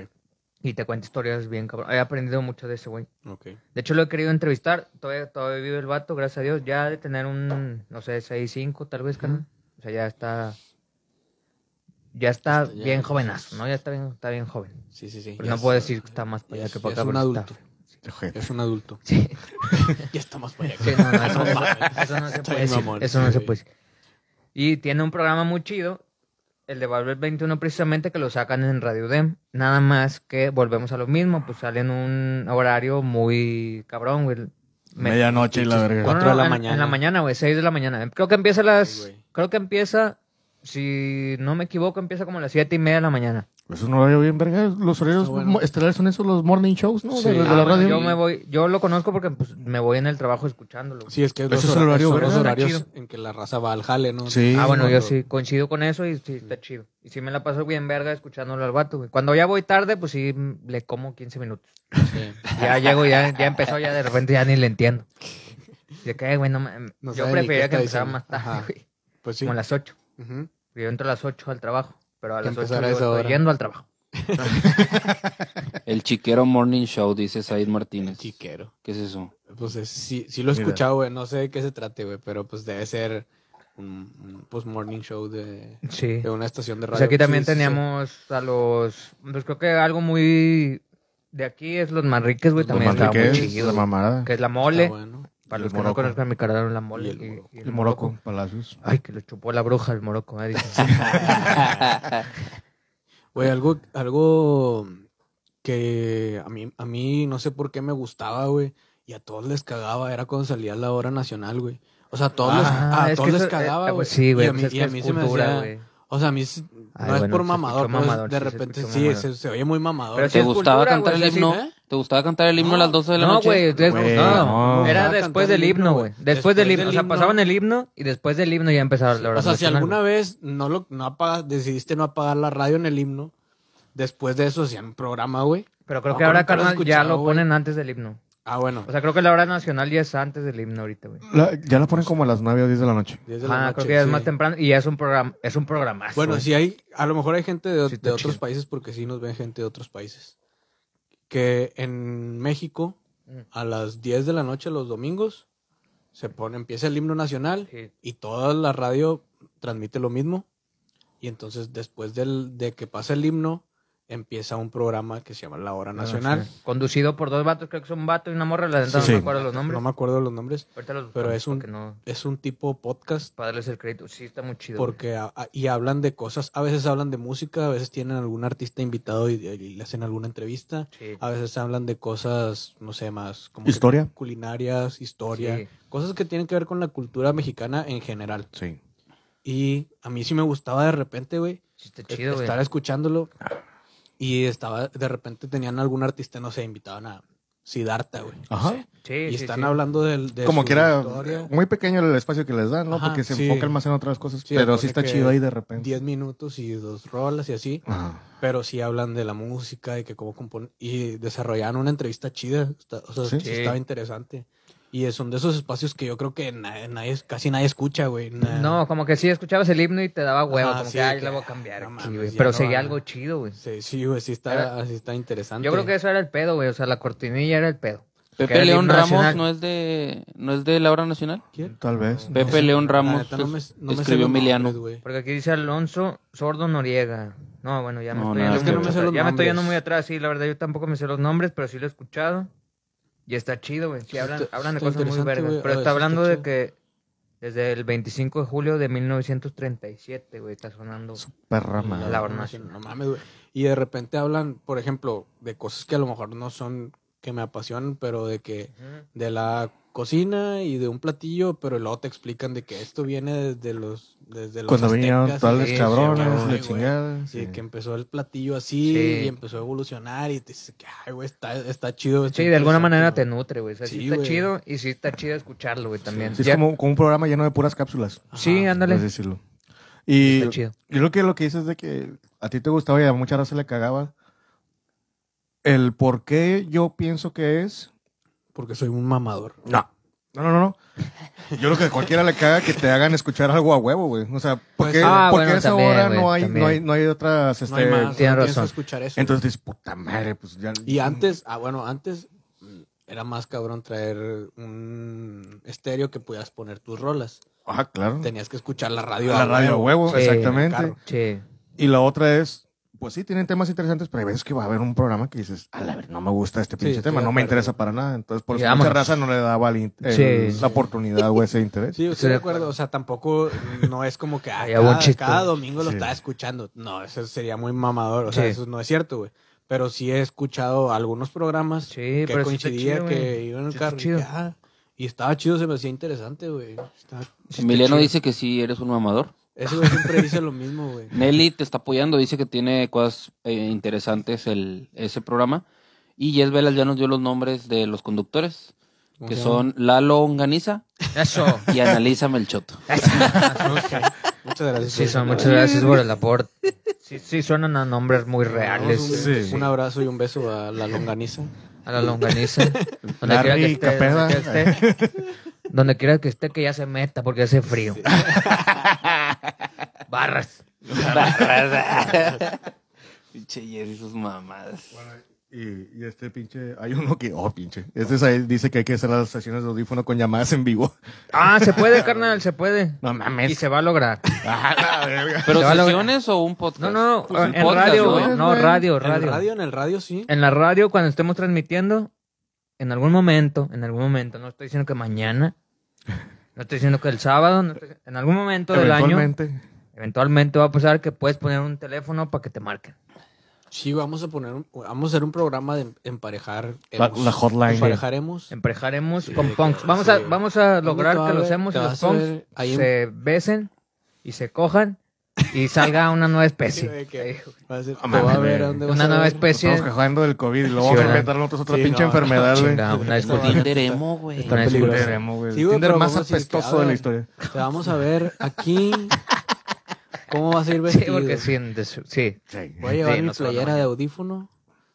A: Y te cuenta historias bien cabrón. He aprendido mucho de ese güey.
B: Ok.
A: De hecho, lo he querido entrevistar. Todavía, todavía vive el vato, gracias a Dios. Ya ha de tener un, no sé, 6, 5 tal vez, carnal. O sea, ya está... Ya está
B: Está ya-
A: bien jovenazo, ¿no? Ya está bien, está bien joven.
B: Sí, sí, sí.
A: Pero
B: ya
A: no puedo
B: es-
A: decir que está más para
B: ya
A: allá
B: es-
A: que
B: ya
A: para
B: es
A: acá.
B: un
A: porque está-
B: adulto.
C: Ojete.
B: Es un adulto.
A: Sí,
B: Ya estamos por
A: sí, no, no, eso, eso no se puede decir, eso no se puede decir. Y tiene un programa muy chido, el de Valverde 21 precisamente, que lo sacan en Radio Dem. Nada más que volvemos a lo mismo, pues sale en un horario muy cabrón, güey. Me-
C: Medianoche y la
A: Bueno,
C: verga.
B: Cuatro de la
A: en-
B: mañana.
A: En la mañana, güey, 6 de la mañana. Creo que empieza a las.
B: Sí, güey.
A: creo que empieza, si no me equivoco, empieza como a las 7 y media de la mañana.
C: Eso no lo veo bien, verga. Los horarios
B: Está bueno.
C: mo- estelares son esos, los morning shows, ¿no?
B: Sí.
C: De, de
A: Ah,
C: la
A: bueno,
C: radio.
A: Yo me voy, yo lo conozco porque pues, me voy en el trabajo escuchándolo.
B: Sí, es que
C: Eso
B: dos
C: es el
B: hora-
C: horario,
B: son los
C: ¿verdad?
B: horarios
A: Está
B: en que la raza va al jale, ¿no?
C: Sí.
A: ah, bueno,
B: cuando-
A: yo sí coincido con eso y sí, está chido. Y sí me la paso bien verga escuchándolo al vato, güey. Cuando ya voy tarde, pues sí mm, le como 15 minutos.
B: sí.
A: Ya llego, ya, ya empezó, ya de repente ya ni le entiendo. De que, güey, no mames.
B: No
A: yo
B: sabe ni qué
A: preferiría que
B: está
A: empezara
B: diciendo.
A: más tarde,
B: Ajá.
A: güey.
B: Pues sí.
A: Como a las 8.
B: Ujú.
A: Yo entro a las 8 al trabajo, pero a las 8
B: Empezar
A: yo
B: a esa
A: estoy
B: hora.
A: yendo al trabajo.
D: El chiquero Morning Show, dice Said Martínez.
B: Chiquero.
D: ¿Qué es eso?
B: Pues es- sí, sí lo he
C: Mira.
B: escuchado, güey. No sé de qué se trate, güey, pero pues debe ser un, un, pues morning show de,
A: Sí.
B: de una estación de radio.
A: Pues aquí también
B: Sí, sí, sí.
A: teníamos a los. Pues creo que algo muy. De aquí es los Manriques, güey,
B: Los
A: también estaba muy
B: Manriques,
A: chido.
C: la mamada.
A: Que es la
B: Está
A: mole.
B: bueno.
A: Para
C: Y
A: los
C: el
A: que no
C: Morocco.
A: conozcan mi carrera, la mole.
B: Y el Morocco.
A: y
C: El Morocco, Palacios.
A: Ay, que lo chupó la bruja, el Morocco. ah, dice.
B: Güey, algo, algo que a mí, a mí no sé por qué me gustaba, güey, y a todos les cagaba, era cuando salía la hora nacional, güey. O sea, a todos, les,
A: Ah,
B: a
A: es
B: todos
A: que
B: les
A: eso-
B: cagaba,
A: eh,
B: güey.
A: pues sí, güey.
B: y a
A: pues
B: mí,
A: es
B: y
A: que
B: a
A: es
B: mí
A: cultura,
B: se me hacía...
A: güey.
B: O sea, a mí s- no
A: Ay,
B: es
A: bueno,
B: por
A: se
B: mamador,
A: escuchó
B: pero es-
A: mamador,
B: de
A: sí, se
B: repente
A: escuchó
B: sí,
A: mamador.
B: se, se oye muy mamador.
A: Pero
B: güey.
A: sí
D: ¿Te
A: es
D: gustaba
A: cultura,
D: cantar
A: güey,
D: el
A: así-
D: himno?
B: ¿Eh?
D: ¿Te gustaba cantar el himno a las 12 de la
A: No,
D: noche?
A: güey, es-
C: Güey,
A: no,
C: no.
A: era
B: Cantar
A: después del
B: el himno,
A: himno, güey. Después del
B: Después
A: himno, o
B: del
A: sea,
B: himno.
A: pasaban el himno y después del himno ya empezaba la hora.
B: O sea, si
A: nacional,
B: alguna
A: güey.
B: vez no lo no apagas, decidiste no apagar la radio en el himno, después de eso hacían un programa, güey.
A: Pero creo
B: No,
A: que ahora,
B: nunca lo he
A: carnal, ya
B: escuchado,
A: lo
B: güey.
A: ponen antes del himno.
B: Ah, bueno.
A: O sea, creo que la hora nacional ya es antes del himno ahorita, güey.
C: La- ya la ponen como a las 9 o 10 de la noche.
B: diez de la
A: Ah,
B: noche,
A: creo que ya es
B: sí.
A: más temprano y ya es un programa, es un programazo.
B: Bueno,
A: güey.
B: sí hay, a lo mejor hay gente de,
A: Sí,
B: de
A: está
B: otros
A: chido.
B: países, porque sí nos ven gente de otros países. Que en México,
A: Mm.
B: a las 10 de la noche, los domingos, se pone, empieza el himno nacional
A: Sí.
B: y toda la radio transmite lo mismo. Y entonces, después del, de que pasa el himno, empieza un programa que se llama La Hora Nacional.
A: Ah, sí. Conducido por dos vatos, creo que son un vato y una morra, la neta no
C: Sí.
A: me acuerdo los nombres.
B: No me acuerdo los nombres.
A: Ahorita los
B: Pero
A: buscamos
B: es un-
A: porque no,
B: Es un tipo podcast
A: para darles el crédito, sí está muy chido. güey.
B: porque a- a- y hablan de cosas. A veces hablan de música, a veces tienen algún artista invitado y, y le hacen alguna entrevista.
A: Sí.
B: A veces hablan de cosas, no sé, más como que
C: ¿Historia?
B: culinarias, historia,
A: Sí.
B: cosas que tienen que ver con la cultura mexicana en general.
C: Sí.
B: Y a mí sí me gustaba de repente, güey,
A: Sí, está chido, güey.
B: estar escuchándolo. Y estaba, de repente tenían algún artista, no sé, invitaban a Siddhartha, güey. no
C: Ajá.
B: sé.
A: Sí,
B: y
A: sí,
B: están
A: sí.
B: hablando del- de,
C: Como
B: su
C: que era
B: historia.
C: muy pequeño el espacio que les dan, ¿no?
B: Ajá,
C: Porque se
B: sí.
C: enfocan más en otras cosas.
B: Sí,
C: pero sí
B: supone
C: está
B: que
C: chido ahí de repente.
B: 10 minutos y dos rolas y así.
C: Ajá.
B: Pero sí hablan de la música y que cómo componen. Y desarrollaron una entrevista chida. está- o sea,
C: Sí.
B: sí,
A: Sí.
B: estaba interesante. Y son de esos espacios que yo creo que na- nadie, casi nadie escucha, güey. na-
A: No, como que sí escuchabas el himno y te daba huevo,
B: Ajá,
A: como
B: sí,
A: que ay,
B: que,
A: la voy a cambiar.
B: no
A: aquí,
B: mames,
A: güey".
B: ya
A: Pero
B: no
A: seguía
B: van a-
A: algo chido, güey.
B: Sí, sí, güey, sí está,
A: Era-
B: sí está interesante.
A: Yo creo que eso era el pedo, güey. O sea, la cortinilla era el pedo. Que era
D: Pepe
A: el
D: León
A: himno
D: Ramos
A: nacional.
D: no es de no es de la hora nacional.
B: ¿Quién?
C: Tal vez.
B: No
D: Pepe
B: sé,
D: León
B: la
D: Ramos
B: neta, no me-
D: es-
B: no me sé
D: escribió
B: los
D: Emiliano.
B: nombres, güey.
A: Porque aquí dice Alonso Sordo Noriega. No, bueno, ya me
D: No,
A: estoy
D: nada
A: yendo muy
D: que ver. Es que
B: no me sé
A: atrás.
B: los
A: Ya me estoy yendo
B: nombres.
A: muy atrás, sí, la verdad, yo tampoco me sé los nombres, pero sí lo he escuchado. Y está chido, güey. Sí,
B: Pues
A: hablan,
B: está-
A: hablan de
B: está
A: cosas muy
B: interesante,
A: vergas.
B: güey. A
A: Pero está
B: ver, sí está
A: hablando de
B: chido.
A: que desde el 25 de julio de 1937, güey, está sonando.
C: Perra
A: La
C: madre.
A: hora
B: no,
A: nacional.
B: no mames, güey. Y de repente hablan, por ejemplo, de cosas que a lo mejor no son que me apasionan, pero de que de la cocina y de un platillo, pero luego te explican de que esto viene desde los desde los
C: Cuando vinieron
B: aztecas,
C: tales
A: sí,
C: cabrones,
A: sí,
C: la
B: güey.
C: chingada.
B: Sí,
C: sí.
B: que empezó el platillo así
A: Sí.
B: y empezó a evolucionar y te dices que, ay, güey, está, está chido. está
A: Sí, de alguna
B: interesante,
A: manera te
B: ¿no?
A: nutre, güey. O sea, sí,
B: Sí,
A: está
B: güey.
A: chido y sí está chido escucharlo, güey, también.
C: Sí, es
A: Ya-
C: como, Ah, pues, como un programa lleno de puras cápsulas.
B: Ah,
A: Sí,
B: Ajá.
A: ándale.
C: por decirlo. Y
A: Está chido.
C: yo creo que lo que dices de que a ti te gustaba y a mucha raza le cagaba. El por qué yo pienso que es.
B: Porque soy un mamador.
C: No. No, no, no, Yo creo que a cualquiera le caga que te hagan escuchar algo a huevo, güey. O sea, ¿por
B: Pues
C: qué,
B: sí.
A: Ah,
C: por qué
A: bueno,
C: a esa
A: también,
C: hora
A: güey,
C: no, hay,
A: también.
C: no, hay, no hay otras.
B: No
C: Este,
B: hay más,
A: tienes
B: no tienes que
A: razón.
B: escuchar eso.
C: Entonces dices, puta madre, pues ya.
B: Y antes, ah, bueno, antes mm, era más cabrón traer un estéreo que pudieras poner tus rolas.
C: Ah, claro.
B: Tenías que escuchar la radio.
C: La
B: a
C: radio a huevo,
A: Sí.
C: exactamente.
B: Carro.
A: Sí.
C: Y la otra es, pues sí, tienen temas interesantes, pero hay veces que va a haber un programa que dices, a la ver, no me gusta este pinche
B: estoy
C: tema,
B: de
C: no me
B: acuerdo.
C: interesa para nada. Entonces, por
A: Y
C: eso mucha
A: vámonos.
C: raza no le daba el in- el-
A: Sí.
C: la oportunidad o ese interés.
B: Sí,
A: Estoy
B: estoy
A: de
B: de acuerdo. O sea, tampoco no es como que ah,
A: Había buen
B: cada,
A: chiste.
B: cada domingo lo
C: Sí.
B: estaba escuchando. No, eso sería muy mamador. O sea,
A: Sí.
B: eso no es cierto, güey. Pero sí he escuchado algunos programas
A: Sí, pero
B: que
A: está
B: coincidía
A: chido,
B: que
A: güey.
B: iban en el
A: Sí está
B: carro y,
A: chido.
B: que, ah, y estaba chido, se me hacía interesante, güey. Está-
D: Emiliano
A: chido.
D: dice que sí eres un mamador.
B: Ese güey siempre dice lo mismo, güey.
D: Nelly te está apoyando, dice que tiene cosas eh, interesantes el, ese programa. Y Jess Velas ya nos dio los nombres de los conductores, que son Lalo Onganiza
A: Eso.
D: y Analisa Melchoto.
B: Muchas gracias.
A: Sí, son,
B: güey.
A: muchas gracias por el aporte. Sí, sí, suenan a nombres muy
B: Damos
A: reales.
B: Un,
C: Sí.
B: un abrazo y un beso a la longaniza.
A: A la longaniza. Donde
C: La
A: quiera que
C: rica
A: esté. Donde
C: peda.
A: quiera que esté. Donde quiera que esté, que ya se meta porque hace frío. Barras.
D: Pinche Jess y sus mamadas.
C: Y, y este pinche, hay uno que, oh pinche, este es ahí, dice que hay que hacer las sesiones de audífono con llamadas en vivo.
A: Ah, se puede, carnal, se puede.
C: No
A: Y
C: mames.
A: se va a lograr.
C: Ah, la verga.
D: ¿Pero
A: Se va a lograr.
D: sesiones o un podcast?
A: No, no,
D: Pues un
A: en
D: podcast,
A: radio,
D: ¿no?
A: güey.
C: güey.
A: No, radio,
B: En el
A: radio.
B: radio, en el radio, sí.
A: En la radio, cuando estemos transmitiendo, en algún momento, en algún momento, no estoy diciendo que mañana, no estoy diciendo que el sábado, no estoy- en algún momento del año,
C: Eventualmente.
A: eventualmente va a pasar que puedes poner un teléfono para que te marquen.
B: Sí, vamos a poner, un- vamos a hacer un programa de emparejar.
C: La-
B: emos.
C: la hotline.
B: Emparejaremos.
A: Emparejaremos
B: Sí,
A: con
B: que-
A: punks. Vamos,
B: sí.
A: a, vamos a
B: ¿Dónde
A: lograr
B: te va
A: que
B: a
A: los
B: ver?
A: hemos y
B: Te
A: los
B: vas a
A: punks
B: ver ahí en-
A: se besen y se cojan y salga una nueva
B: Sí,
A: especie.
B: de que va a ser-
C: Ah,
B: te va a
C: mames,
B: ver
C: güey.
B: a dónde vas
A: Una
B: a
A: nueva
B: ver.
A: especie.
C: Estamos quejando del COVID y luego vamos a
A: ¿verdad?
C: inventar nosotros otra
B: Sí,
C: pinche
B: no,
C: enfermedad, güey.
A: Chingada, una
B: No,
A: disculpa.
D: Tinder emo, güey.
B: Está
A: Una
B: peligroso.
A: disculpa.
C: Tinder, güey.
B: Sí, güey,
C: Tinder
B: pero
C: más
B: vamos a decir que,
C: apestoso de
B: a
C: la
B: ver,
C: historia.
B: Te vamos a ver aquí. ¿Cómo vas a ir
A: Sí,
B: vestido?
A: porque sí, en des- sí.
C: Sí.
B: Voy a llevar
A: Sí,
B: mi
A: no se van a
B: playera
A: bañar.
B: de audífono.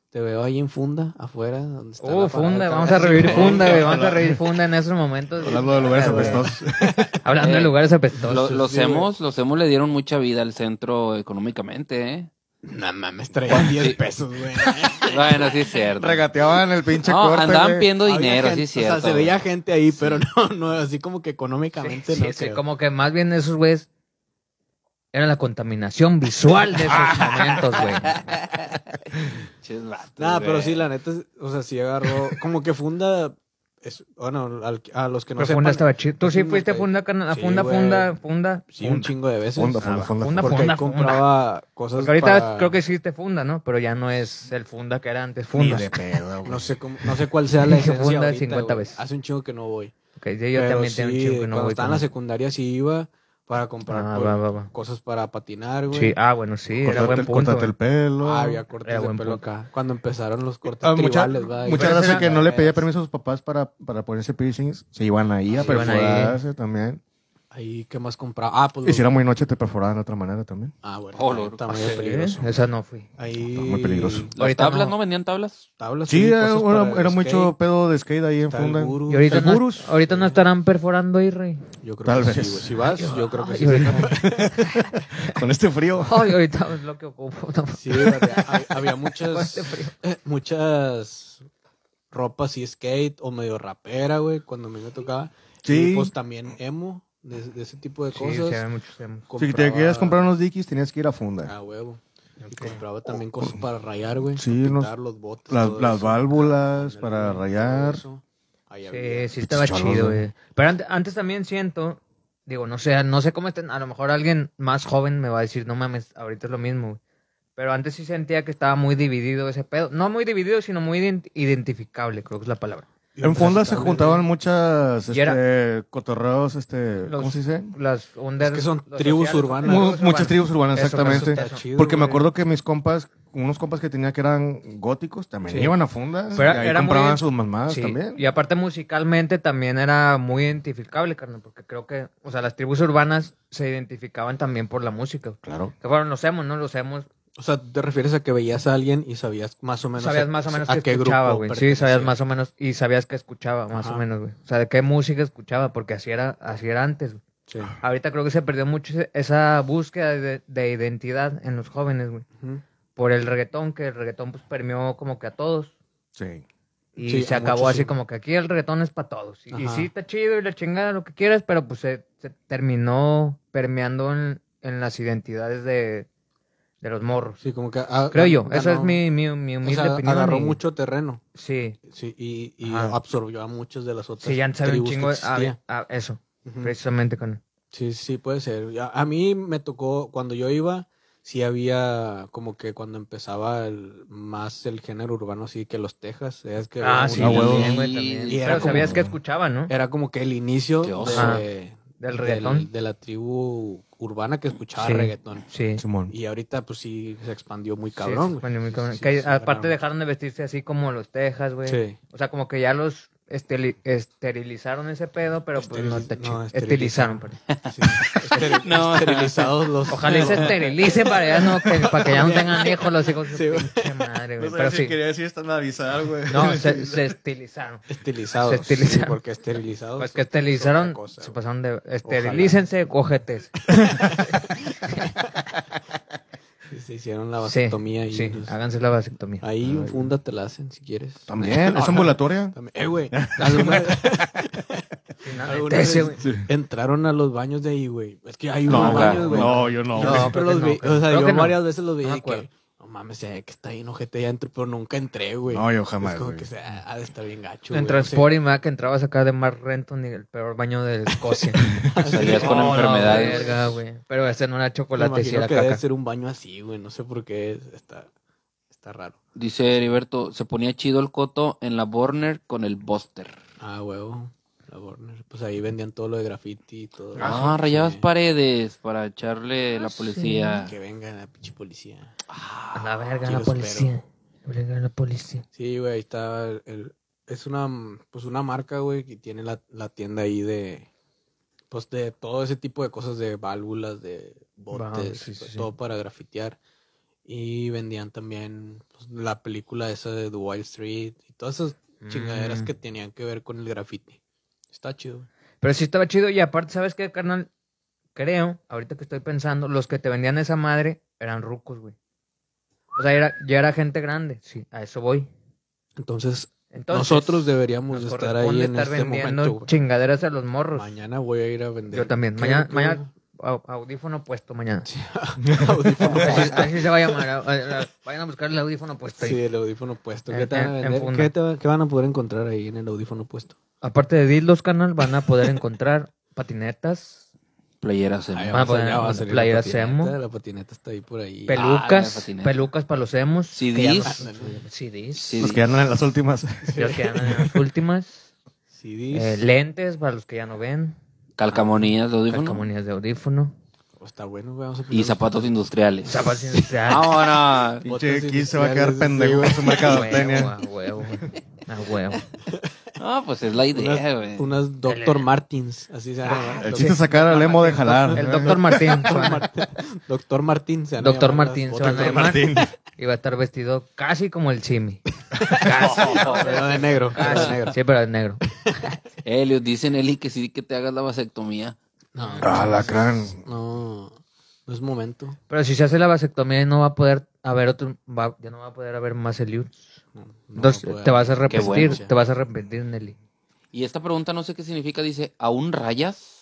B: Te veo ahí en funda, afuera. Donde está
A: Uh,
B: la parada
A: funda,
B: de
A: vamos a
B: carros.
A: revivir funda, güey, vamos a
C: Ojalá.
A: revivir funda en esos momentos.
C: Hablando de lugares
A: Ah, güey.
C: apestosos.
A: Hablando de
D: Eh,
A: lugares
D: Lo-
A: apestosos.
D: los
B: sí, güey.
D: hemos, los hemos le dieron mucha vida al centro económicamente, ¿eh?
B: No mames, traían 10 pesos, güey.
D: Bueno, sí es cierto.
C: Regateaban el pinche
D: No,
C: corte,
D: andaban
C: güey.
D: pidiendo
B: Había
D: dinero, sí
B: gente-
D: es cierto.
B: O sea, se
D: güey.
B: veía gente ahí, pero no, no, así como que económicamente
A: Sí,
B: no
A: sí,
B: creo.
A: como que más bien esos güeyes era la contaminación visual de esos momentos, güey.
D: Pinches vatos,
B: Nada, pero
D: güey.
B: sí, la neta, es- o sea, sí agarró, como que funda, es, bueno, al- a los que no
A: Pero funda
B: sepan,
A: estaba chido. Tú sí
B: Funda,
A: fuiste
B: güey.
A: funda, carnal, a
B: Sí,
A: funda,
B: güey.
A: funda, funda.
B: sí, un chingo de veces.
C: Funda,
A: Ah,
C: funda, funda.
A: funda,
B: porque
A: funda,
B: ahí compraba cosas
A: Porque ahorita
B: para-
A: creo que existe funda, ¿no? Pero ya no es el funda que era antes
C: Ni
A: funda.
C: de pedo, güey.
B: No sé, cómo- no sé cuál sea la
A: Dije
B: esencia
A: funda
B: ahorita,
A: 50
B: güey.
A: veces.
B: Hace un chingo que no voy.
A: Ok, sí, yo
B: Pero
A: también tengo un
B: sí,
A: chico que no
B: cuando
A: voy.
B: estaba en
A: con-
B: la secundaria sí iba para comprar
A: Ah,
B: pues,
A: va, va, va.
B: cosas para patinar, güey.
A: Sí, ah, bueno, sí, era
C: Cortarte
A: buen
C: el-
A: punto. ¿eh?
C: cortarte
A: güey.
C: el pelo.
B: Ah, había
A: Era
B: cortes de
A: buen
B: pelo
A: punto.
B: acá. Cuando empezaron los cortes
C: Ah, mucha-
B: tribales, va, y-
C: muchas veces que no le pedía
B: Ahí-
C: permisos a sus papás para, para ponerse piercings, se iban ahí a
A: Se iban ahí.
C: perforarse también.
B: Ahí, ¿qué más compraba? Ah, pues
C: Y
B: los-
C: si era muy noche, te perforaban de otra manera también.
B: Ah, bueno,
D: Oh,
B: ahí
D: lo-
B: está
D: ah,
B: medio
A: Sí,
B: peligroso.
A: Esa no fui.
B: Ahí...
C: Está muy peligroso.
D: ¿Las
A: Ahorita
D: tablas
A: no.
D: no. vendían tablas?
B: Tablas
C: Sí,
B: y
C: era,
B: cosas
C: era-
B: para
C: era
B: el
C: mucho
B: skate.
C: pedo de skate ahí en
B: Está el
C: funda.
B: gurú.
A: Y ahorita
C: ¿El
A: no,
C: Gurus?
A: ahorita no estarán perforando ahí, rey.
B: Yo creo
C: Tal
B: que
C: vez.
B: sí, güey. Si vas, yo creo que
A: Ay,
B: sí.
A: ahorita,
C: Con este frío.
A: ay, ahorita es lo que ocupo. no.
B: Sí, había, hay- había
A: Con
B: muchas,
A: este frío.
B: eh, muchas ropas y skate o medio rapera, güey, cuando a mí me tocaba.
C: Sí.
B: Y pues también emo, de, de ese tipo de
A: Sí,
B: cosas.
A: se ven muchos temas.
C: Si te querías comprar unos dickies, tenías que ir a funda.
B: Ah, huevo. Y compraba también cosas para rayar, güey.
C: Sí,
B: Sí,
C: unos-
B: pintar los botes.
C: Las,
B: todo
C: las
B: eso.
C: válvulas
B: Ándale,
C: para
B: todo
C: rayar.
B: eso. Ahí
A: Sí,
B: había.
A: sí estaba
C: Cholos,
A: chido,
C: güey.
A: güey. Pero ante- antes también siento, digo, no sé, no sé cómo estén, a lo mejor alguien más joven me va a decir, no mames, ahorita es lo mismo, güey. Pero antes sí sentía que estaba muy dividido ese pedo. No muy dividido, sino muy ident- identificable, creo que es la palabra.
C: En funda se juntaban muchas
A: Y era-
C: este, cotorreos, este,
A: Los-
C: ¿cómo se dice?
A: Las ondas.
B: Es que son tribus urbanas.
C: Mu- muchas tribus urbanas,
A: Eso,
C: exactamente.
A: eso está
B: chido,
C: Porque me
B: güey.
C: acuerdo que mis compas, unos compas que tenía que eran góticos, también
B: Sí.
C: iban a fundas.
A: Pero
C: y ahí
A: era muy-
C: compraban sus mamás
A: Sí,
C: también.
A: Y aparte musicalmente también era muy identificable, carnal, porque creo que, o sea, las tribus urbanas se identificaban también por la música.
C: Claro.
A: Que fueron los emos, ¿no? Los emos.
B: O sea, ¿te refieres a que veías a alguien y sabías más o menos
A: sabías
B: a-
A: más o menos
B: a
A: que
B: qué grupo
A: escuchaba, güey. Sí, sabías
B: pertenecía?
A: más o menos y sabías que escuchaba, más o
B: Ajá.
A: menos, güey. O sea, de qué música escuchaba, porque así era, así era antes. güey.
B: Sí.
A: Ahorita creo que se perdió mucho ese- esa búsqueda de, de identidad en los jóvenes, güey.
B: Ujú.
A: Por el reggaetón, que el reggaetón pues permeó como que a todos.
C: Sí.
A: Y
B: Sí,
A: se
B: a
A: acabó
B: muchos
A: así
B: sí.
A: como que aquí el reggaetón es para todos. Y, y
B: Ajá.
A: sí, está chido y la chingada, lo que quieras, pero pues se, se terminó permeando en, en las identidades de, de los morros.
B: Sí, como que. ah,
A: Creo yo,
B: ganó-
A: esa es mi, mi, mi
B: o
A: humilde
B: sea,
A: opinión.
B: agarró
A: y-
B: mucho terreno.
A: Sí,
B: Sí, y, y
A: Ajá.
B: absorbió a muchas de las otras.
A: sí, ya sabe un
B: tribus que
A: chingo. de- ah,
B: existía. Mm.
A: ah, eso,
B: Ujú.
A: precisamente con.
B: Sí, sí, puede ser. Ya, A, mí me tocó, cuando yo iba, sí había como que cuando empezaba el- más el género urbano, así que los Texas, es que
A: Ah,
B: había
A: sí,
C: Ah,
B: una-
C: huevo.
A: también, güey, también.
B: Y era
A: Pero
B: como-
A: sabías que escuchaban, ¿no?
B: Era como que el inicio
D: Qué oso.
A: Ajá.
B: de-
A: Del
B: del-
A: reggaetón.
B: de la tribu urbana que escuchaba
A: Sí.
B: reggaetón.
A: Sí.
C: Simón.
B: Y ahorita pues sí se expandió muy
A: Sí,
B: cabrón.
A: se
B: güey.
A: pone muy cabrón.
B: Sí,
A: Que hay-
B: sí,
A: aparte
B: era-
A: dejaron de vestirse así como los Texas, güey.
B: Sí.
A: O sea, como que ya los esteli- esterilizaron ese pedo, pero pues no
B: Esteriliz-
A: está
B: no,
A: chido.
B: esterilizaron.
A: Estilizaron. perdón.
B: Sí. Esteri-
D: No.
B: esterilizados los.
A: Ojalá y se esterilicen para, ya no, que- para que ya no tengan hijos los hijos.
B: Sí,
A: de
B: güey.
A: pinche madre, güey.
E: No
A: Pero
E: sabía si
A: sí.
E: quería decir esta avisar, güey.
A: No, se, se estilizaron.
B: Estilizados.
A: Se
B: sí,
A: estilizaron.
B: porque esterilizados.
A: Pues que esterilizaron,
B: otra cosa,
A: se
B: güey.
A: pasaron de... Esterilícense, cojetes.
B: Sí, se hicieron la
A: Sí,
B: vasectomía y
A: sí,
B: los-
A: háganse la vasectomía.
B: ahí un funda te la hacen si quieres.
C: También, es ambulatoria.
B: También- Eh, güey. alguna-
A: Sí, no,
B: alguna
A: neta, ese,
B: vez
A: güey.
B: entraron a los baños de ahí, güey. Es que hay
C: No,
B: unos
D: güey,
B: baños, güey.
C: no, yo no.
B: Yo
A: No,
C: güey.
A: creo
B: siempre
A: que
B: los
A: no,
B: vi.
A: creo-
B: O sea,
A: creo
B: yo
A: que no.
B: varias veces los vi
A: No me
B: y
A: acuerdo.
B: que. No mames, eh, que está ahí en ojete, ya entré, pero nunca entré, güey.
C: No, yo jamás,
B: Es como
C: güey.
B: que se- ah, ha de estar bien gacho.
A: En
B: güey, no sé.
A: Transport y Mac entrabas acá de Mark Renton y el peor baño de Escocia.
D: Salías con
A: No, no,
D: enfermedades.
A: verga, güey. Pero ese no era
B: Me
A: chocolate, sí
B: imagino
A: era
B: que debe
A: caca.
B: ser un baño así, güey. No sé por qué es- está, está raro.
D: Dice Heriberto, se ponía chido el coto en la Borner con el Buster.
B: Ah, huevo. La Warner. Pues ahí vendían todo lo de graffiti y todo.
D: Ah, rayabas
B: Sí.
D: paredes para echarle la policía. Ah,
B: Que venga la pinche policía.
A: A la verga,
B: ah, Aquí
A: la
B: los
A: policía. Verga, la policía.
B: Sí, güey, ahí está. el- el- es una, mm, pues una marca, güey, que tiene la, la tienda ahí de, pues de todo ese tipo de cosas, de válvulas, de botes,
A: Válvulas, sí, sí, sí.
B: todo para grafitear. Y vendían también pues, la película esa de The Wild Street y todas esas chingaderas
A: Mm.
B: que tenían que ver con el graffiti. Está chido. güey.
A: Pero sí estaba chido. Y aparte, ¿sabes qué, carnal? Creo, ahorita que estoy pensando, los que te vendían esa madre eran rucos, güey. O sea, era, ya era gente grande. Sí, a eso voy.
B: Entonces,
A: Entonces,
B: nosotros deberíamos
A: nos
B: de estar ahí
A: corresponde
B: en
A: estar
B: este
A: vendiendo
B: momento. güey.
A: chingaderas a los morros.
B: Mañana voy a ir a vender.
A: Yo también.
B: ¿Qué-
A: Mañana-
B: qué-
A: mañana- Au- Audífono puesto mañana.
B: Sí, audífono
A: Así, así se va a llamar. a- a- a- Vayan a buscar el audífono puesto. ahí.
B: Sí, el audífono puesto. ¿Qué,
A: En-
B: te van a
A: en- en
B: vender?
A: funda.
B: ¿Qué te va- qué van a poder encontrar ahí en el audífono puesto?
A: Aparte de dildos, canal, van a poder encontrar patinetas,
D: Playeras en...
B: Ahí
A: va
B: va
A: a
B: a salir-
A: poner
B: ya va a
A: una
B: salir
A: playera
B: la patineta,
A: Semo.
B: La patineta está ahí por ahí.
D: Ah, la
A: pelucas,
D: patineta.
A: pelucas para los emos.
D: CDs.
A: que ya no-
B: Ah,
A: CDs.
D: Sí,
C: Los Pues que andan en las últimas.
A: Los que andan en las últimas.
B: Ah, CDs.
A: eh, lentes para los que ya no ven.
D: Calcamonías, de audífono.
A: Calcamonías de audífono.
B: Oh, está bueno, güey, vamos a
D: Y
B: poner-
D: zapatos industriales.
A: Zapatos
B: Ah,
A: industriales.
D: Ahora,
C: Pinche
B: Botas
C: aquí se va a quedar
B: industriales,
C: pendejo
B: sí,
C: en su mercadotecnia.
A: A huevo, a huevo. A huevo.
D: No, pues es la idea, güey.
B: Unas, unas Dr. Martins. Así se
A: Ah,
B: llama.
C: El chiste es sacar al emo de jalar.
A: El doctor Martín.
B: Doctor Martín. se van a
A: Doctor
B: llamar Este, las
A: Martín se
B: botas.
A: van a llamar. Iba a estar vestido casi como el Chimi.
B: Pero de negro. pero de negro.
A: Sí, pero es negro.
D: Helios, dicen Eli que sí que te hagas la vasectomía.
B: No,
C: Alacrán.
B: no, no es momento.
A: Pero si se hace la vasectomía no va a poder haber otro, va- ya no va a poder haber más eliuts.
B: No, no
A: Entonces
B: puedo.
A: te vas a arrepentir,
D: bueno.
A: te vas a arrepentir, Nelly.
D: Y esta pregunta no sé qué significa, dice, ¿aún rayas?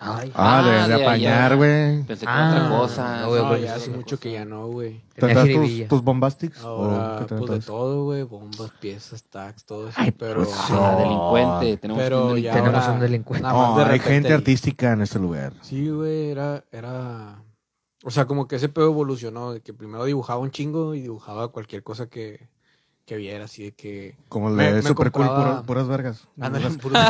A: Ay,
C: Ah,
D: Ah,
C: de, de
D: de
C: apañar,
D: allá.
C: güey.
D: Pensé que
A: Ah,
D: era otra cosa.
A: no, güey,
B: No,
A: güey,
B: ya
A: es
B: hace mucho que ya no, güey.
C: ¿Te
A: Tenía
C: aventabas tus,
A: jiribilla.
C: tus bombastics?
A: Oh,
B: Ahora,
C: ¿O qué
B: pues
C: te
B: de
C: aventabas?
B: todo, güey, bombas, piezas, tags, todo eso,
A: Ay,
B: pero...
A: pues,
D: Ah,
C: No.
D: delincuente. Tenemos
B: Pero
D: un
B: ya
D: delincuente.
A: Tenemos
B: ahora-
A: un delincuente.
B: nada más
C: No,
B: de
C: hay
B: repente
C: gente
B: ahí.
C: artística en este lugar.
B: Sí, güey, era, era... O sea, como que ese pedo evolucionó, de que primero dibujaba un chingo y dibujaba cualquier cosa que, que viera, así de que...
C: Como el
B: Me-
C: de
B: me
C: Super Cool,
B: compraba-
C: puro- puras vergas.
B: Ándale, puros-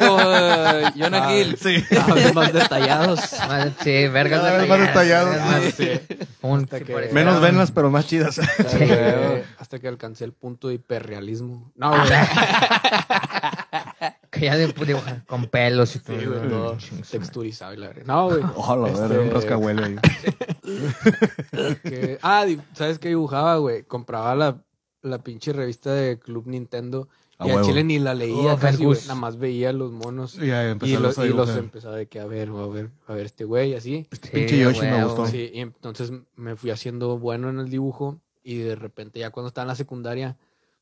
D: Ay, Jonah
B: Ah,
D: Hill.
C: Sí.
B: cada vez más detallados.
A: Ah, Sí, vergas
C: Cada vez más detallados.
A: vergas más-
B: Sí.
A: un-
B: Hasta
A: sí,
B: que-
A: parecía
C: Menos
A: un-
C: venas, pero más chidas.
B: Hasta
A: Sí.
B: que- Hasta que alcancé el punto de hiperrealismo. No, güey.
A: Que ya de- dibujan con pelos y todo.
B: Sí, güey, todo
A: Chingos,
B: texturizado y la verga. No, güey.
C: Ojalá,
B: Este-
C: era Oh, un rascahuele ahí.
B: que- ah, di- ¿sabes qué dibujaba, güey? Compraba la, la pinche revista de Club Nintendo.
C: A
B: y a
C: huevo.
B: Chile ni la leía
A: Uf,
B: casi,
A: el
B: güey.
A: Gus.
B: Nada más veía los monos.
C: Y em- ahí
B: Y, los-
C: empezamos a
B: y los
C: dibujar.
B: empezaba de que, a ver, a ver, a ver este güey, así.
A: madre.
C: Pinche
A: Sí,
C: Yoshi me
A: güey,
C: gustó.
A: güey.
B: Sí, y entonces me fui haciendo bueno en el dibujo. Y de repente, ya cuando estaba en la secundaria,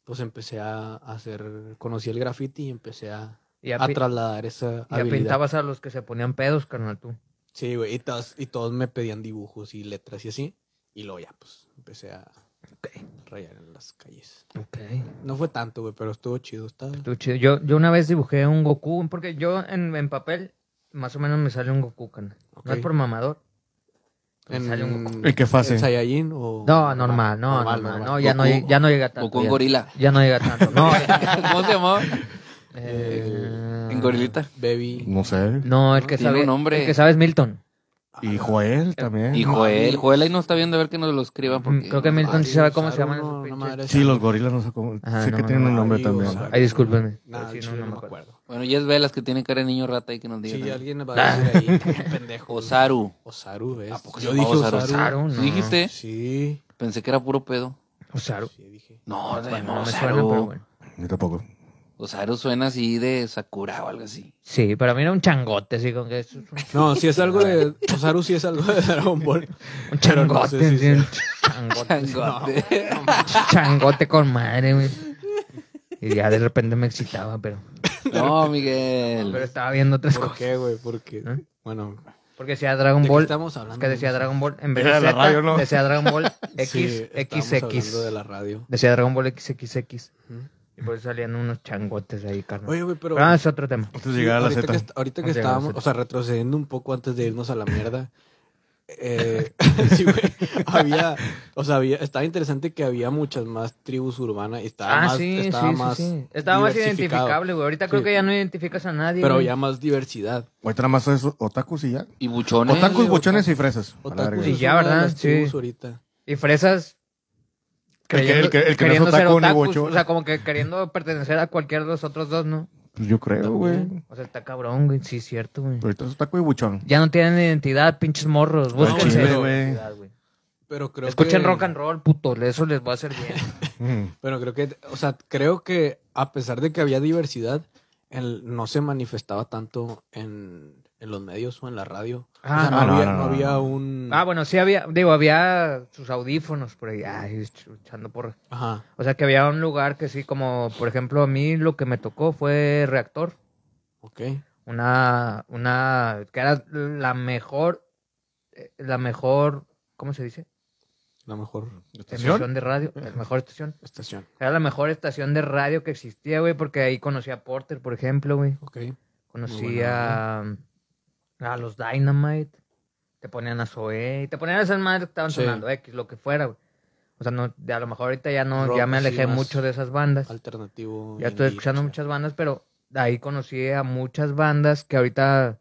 B: pues empecé a hacer. Conocí el graffiti y empecé a,
A: Y ya
B: a
A: pi-
B: trasladar esa
A: ya
B: habilidad.
A: pintabas a los que se ponían pedos, carnal, tú.
B: Sí, güey, y todos, y todos me pedían dibujos y letras y así. Y luego ya, pues, empecé a rayar en las calles.
A: Ok.
B: No fue tanto, güey, pero estuvo chido. Estaba...
A: Estuvo chido. Yo, yo una vez dibujé un Goku, porque yo en, en papel más o menos me sale un Goku, carnal. No
B: Ok.
A: es por mamador. Me pues, sale un Goku.
C: ¿En qué fase?
B: ¿En Saiyajin o...?
A: No, normal, no, normal, no, ya no,
D: Goku-
A: llega- ya no llega tanto.
D: Goku en
A: ya,
D: gorila.
A: ya no llega tanto, no.
D: ¿Cómo se llamaba?
A: eh,
D: En gorilita.
B: Baby.
C: No sé.
A: No, el que
D: Tiene
A: sabe,
D: un nombre.
A: el que sabe es Milton.
B: Ah,
C: Y Eh, Joel también.
D: Y Joel. Joel ahí no está viendo a ver que nos lo escriban. Porque
A: Creo que Milton sí
B: Ah,
A: sabe cómo
B: dinosaurio,
A: se llaman
B: no,
A: esos
B: no
A: pinches.
B: madre,
C: Sí, los gorilas no sé cómo.
A: Ajá,
C: sé
A: no
C: que
A: me
C: tienen un
A: acuerdo.
C: nombre
B: Ay,
C: también.
B: dinosaurio.
A: Ay, discúlpenme. Pero sí,
B: Nah, al
A: no,
B: chile
A: no me
B: no
A: acuerdo.
B: me acuerdo.
D: Bueno, ya es velas que tiene cara de niño rata ahí que nos digan.
B: Sí,
D: ahí.
B: alguien va a decir ahí, qué pendejo.
D: Osaru.
B: Osaru, ¿ves?
D: ¿A poco
B: Yo
D: se
B: dije
D: llama
B: Osaru.
A: Osaru, no.
D: ¿Dijiste?
B: Sí.
D: Pensé que era puro pedo.
A: Osaru.
B: Sí, dije.
D: No,
A: Bueno,
D: de-
A: no me
D: Osaru.
A: suena, pero bueno.
C: Yo tampoco.
D: Osaru suena así de Sakura o algo así.
A: Sí, para mí era un changote, así con que es un,
B: No, si es algo de... Osaru sí es algo de Dragon Ball.
A: un
B: Pero no
A: changote,
B: sé
A: sí,
B: si sea.
A: un changote,
D: Changote.
A: changote con madre, güey. Y ya de repente me excitaba, pero,
D: No,
A: pero
D: Miguel.
A: estaba viendo otras
B: ¿Por
A: cosas.
B: qué, güey? Porque...
A: ¿Eh?
B: Bueno,
A: Porque decía Dragon
B: ¿De qué
A: Ball,
B: estamos
A: es
B: hablando?
A: que decía Dragon Ball, en vez de
C: Era la
A: Z,
C: radio, ¿no?
A: decía Dragon Ball X,
B: Sí, estábamos
A: XX.
B: hablando de la radio.
A: Decía Dragon Ball XXX.
B: Ujú.
A: Y por eso salían unos changotes ahí, carnal.
B: Oye, güey, pero...
A: Ah, es otro tema.
C: Antes de llegar a la
B: ahorita
C: Z.
B: que, est- ahorita que
A: Antes de llegar a la
B: estábamos,
A: Z.
B: o sea, retrocediendo un poco antes de irnos a la mierda. eh, sí, güey, había, o sea, había, estaba interesante que había muchas más tribus urbanas y estaba
A: Ah,
B: más,
A: sí,
B: estaba
A: sí, sí,
B: más,
A: sí. Estaba más
B: diversificado,
A: identificable, güey. Ahorita
B: Sí.
A: creo que ya no identificas a nadie.
B: pero
A: güey.
B: había más diversidad.
C: Ahorita nada más es otakus y ya.
D: Y buchones.
C: Otakus,
B: otaku.
C: buchones y fresas. A la
B: Otakus
C: verga.
A: Sí,
B: es
A: ya,
B: una de
A: ¿verdad?
B: las tribus
A: Sí.
B: ahorita.
A: Y fresas.
C: El que- el que- el que no es
A: queriendo ser
C: otaku ni
A: otakus,
C: bochón.
A: O sea, como que queriendo pertenecer a cualquiera de los otros dos, ¿no?
C: Pues yo creo, güey.
A: O sea, está cabrón, güey. Sí, cierto, güey.
C: Pero Ahorita es otaku y buchón.
A: Ya no tienen identidad, pinches morros. Búsquense
B: chile,
A: su
C: güey.
A: identidad, güey.
B: Pero creo
A: Escuchen
B: que,
A: rock and roll, puto. Eso les va a hacer bien.
C: Mm.
B: Pero creo que, o sea, creo que a pesar de que había diversidad, el, no se manifestaba tanto en, en los medios o en la radio.
A: Ah,
B: o sea, no,
C: no, no,
B: había,
C: no,
B: no
C: no.
B: había un...
A: Ah, bueno, sí había, digo, había sus audífonos por ahí, ay, ch- echando por...
B: Ajá.
A: O sea, que había un lugar que sí, como, por ejemplo, a mí lo que me tocó fue Reactor,
B: Ok.
A: una, una, que era la mejor, eh, la mejor, ¿cómo se dice?
B: La mejor
A: Estación de radio, la mejor estación.
B: estación.
A: Era la mejor estación de radio que existía, güey, porque ahí conocí a Porter, por ejemplo, güey.
B: Ok. Muy
A: Conocí
B: buena
A: a, a los Dynamite. Te ponían a Zoé. y Te ponían a esas madres que estaban
B: Sí.
A: sonando X, lo que fuera, güey. O sea, no, de- a lo mejor ahorita ya no,
B: Rock,
A: ya me
B: sí,
A: alejé
B: más
A: mucho de esas bandas.
B: Alternativo.
A: Ya estoy
B: indie,
A: escuchando
B: o sea.
A: muchas bandas, pero de ahí conocí a muchas bandas que ahorita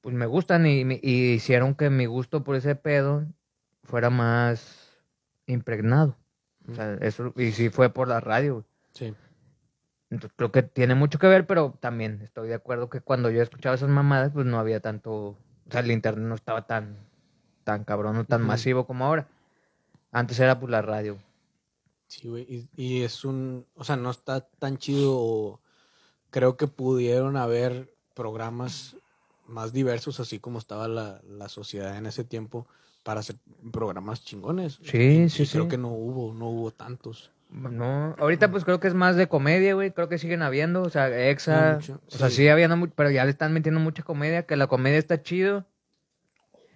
A: pues me gustan y, me- y hicieron que mi gusto por ese pedo fuera más impregnado. O
B: Mm.
A: sea, eso, y sí fue por la radio, güey.
B: Sí.
A: Entonces, creo que tiene mucho que ver, pero también estoy de acuerdo que cuando yo escuchaba esas mamadas, pues no había tanto, o sea, el internet no estaba tan, tan cabrón o tan
B: Ujú.
A: masivo como ahora. Antes era pues la radio.
B: Sí, güey. Y, y es un. O sea, no está tan chido. o- Creo que pudieron haber programas más diversos, así como estaba la, la sociedad en ese tiempo, para hacer programas chingones.
A: Sí,
B: Y-
A: sí,
B: y Creo
A: sí.
B: que no hubo, no hubo tantos.
A: No, ahorita pues creo que es más de comedia, güey. Creo que siguen habiendo, o sea,
B: Hay
A: exa,
B: mucho,
A: o sea,
B: sí.
A: sigue habiendo, mu- pero ya le están metiendo mucha comedia, que la comedia está chido.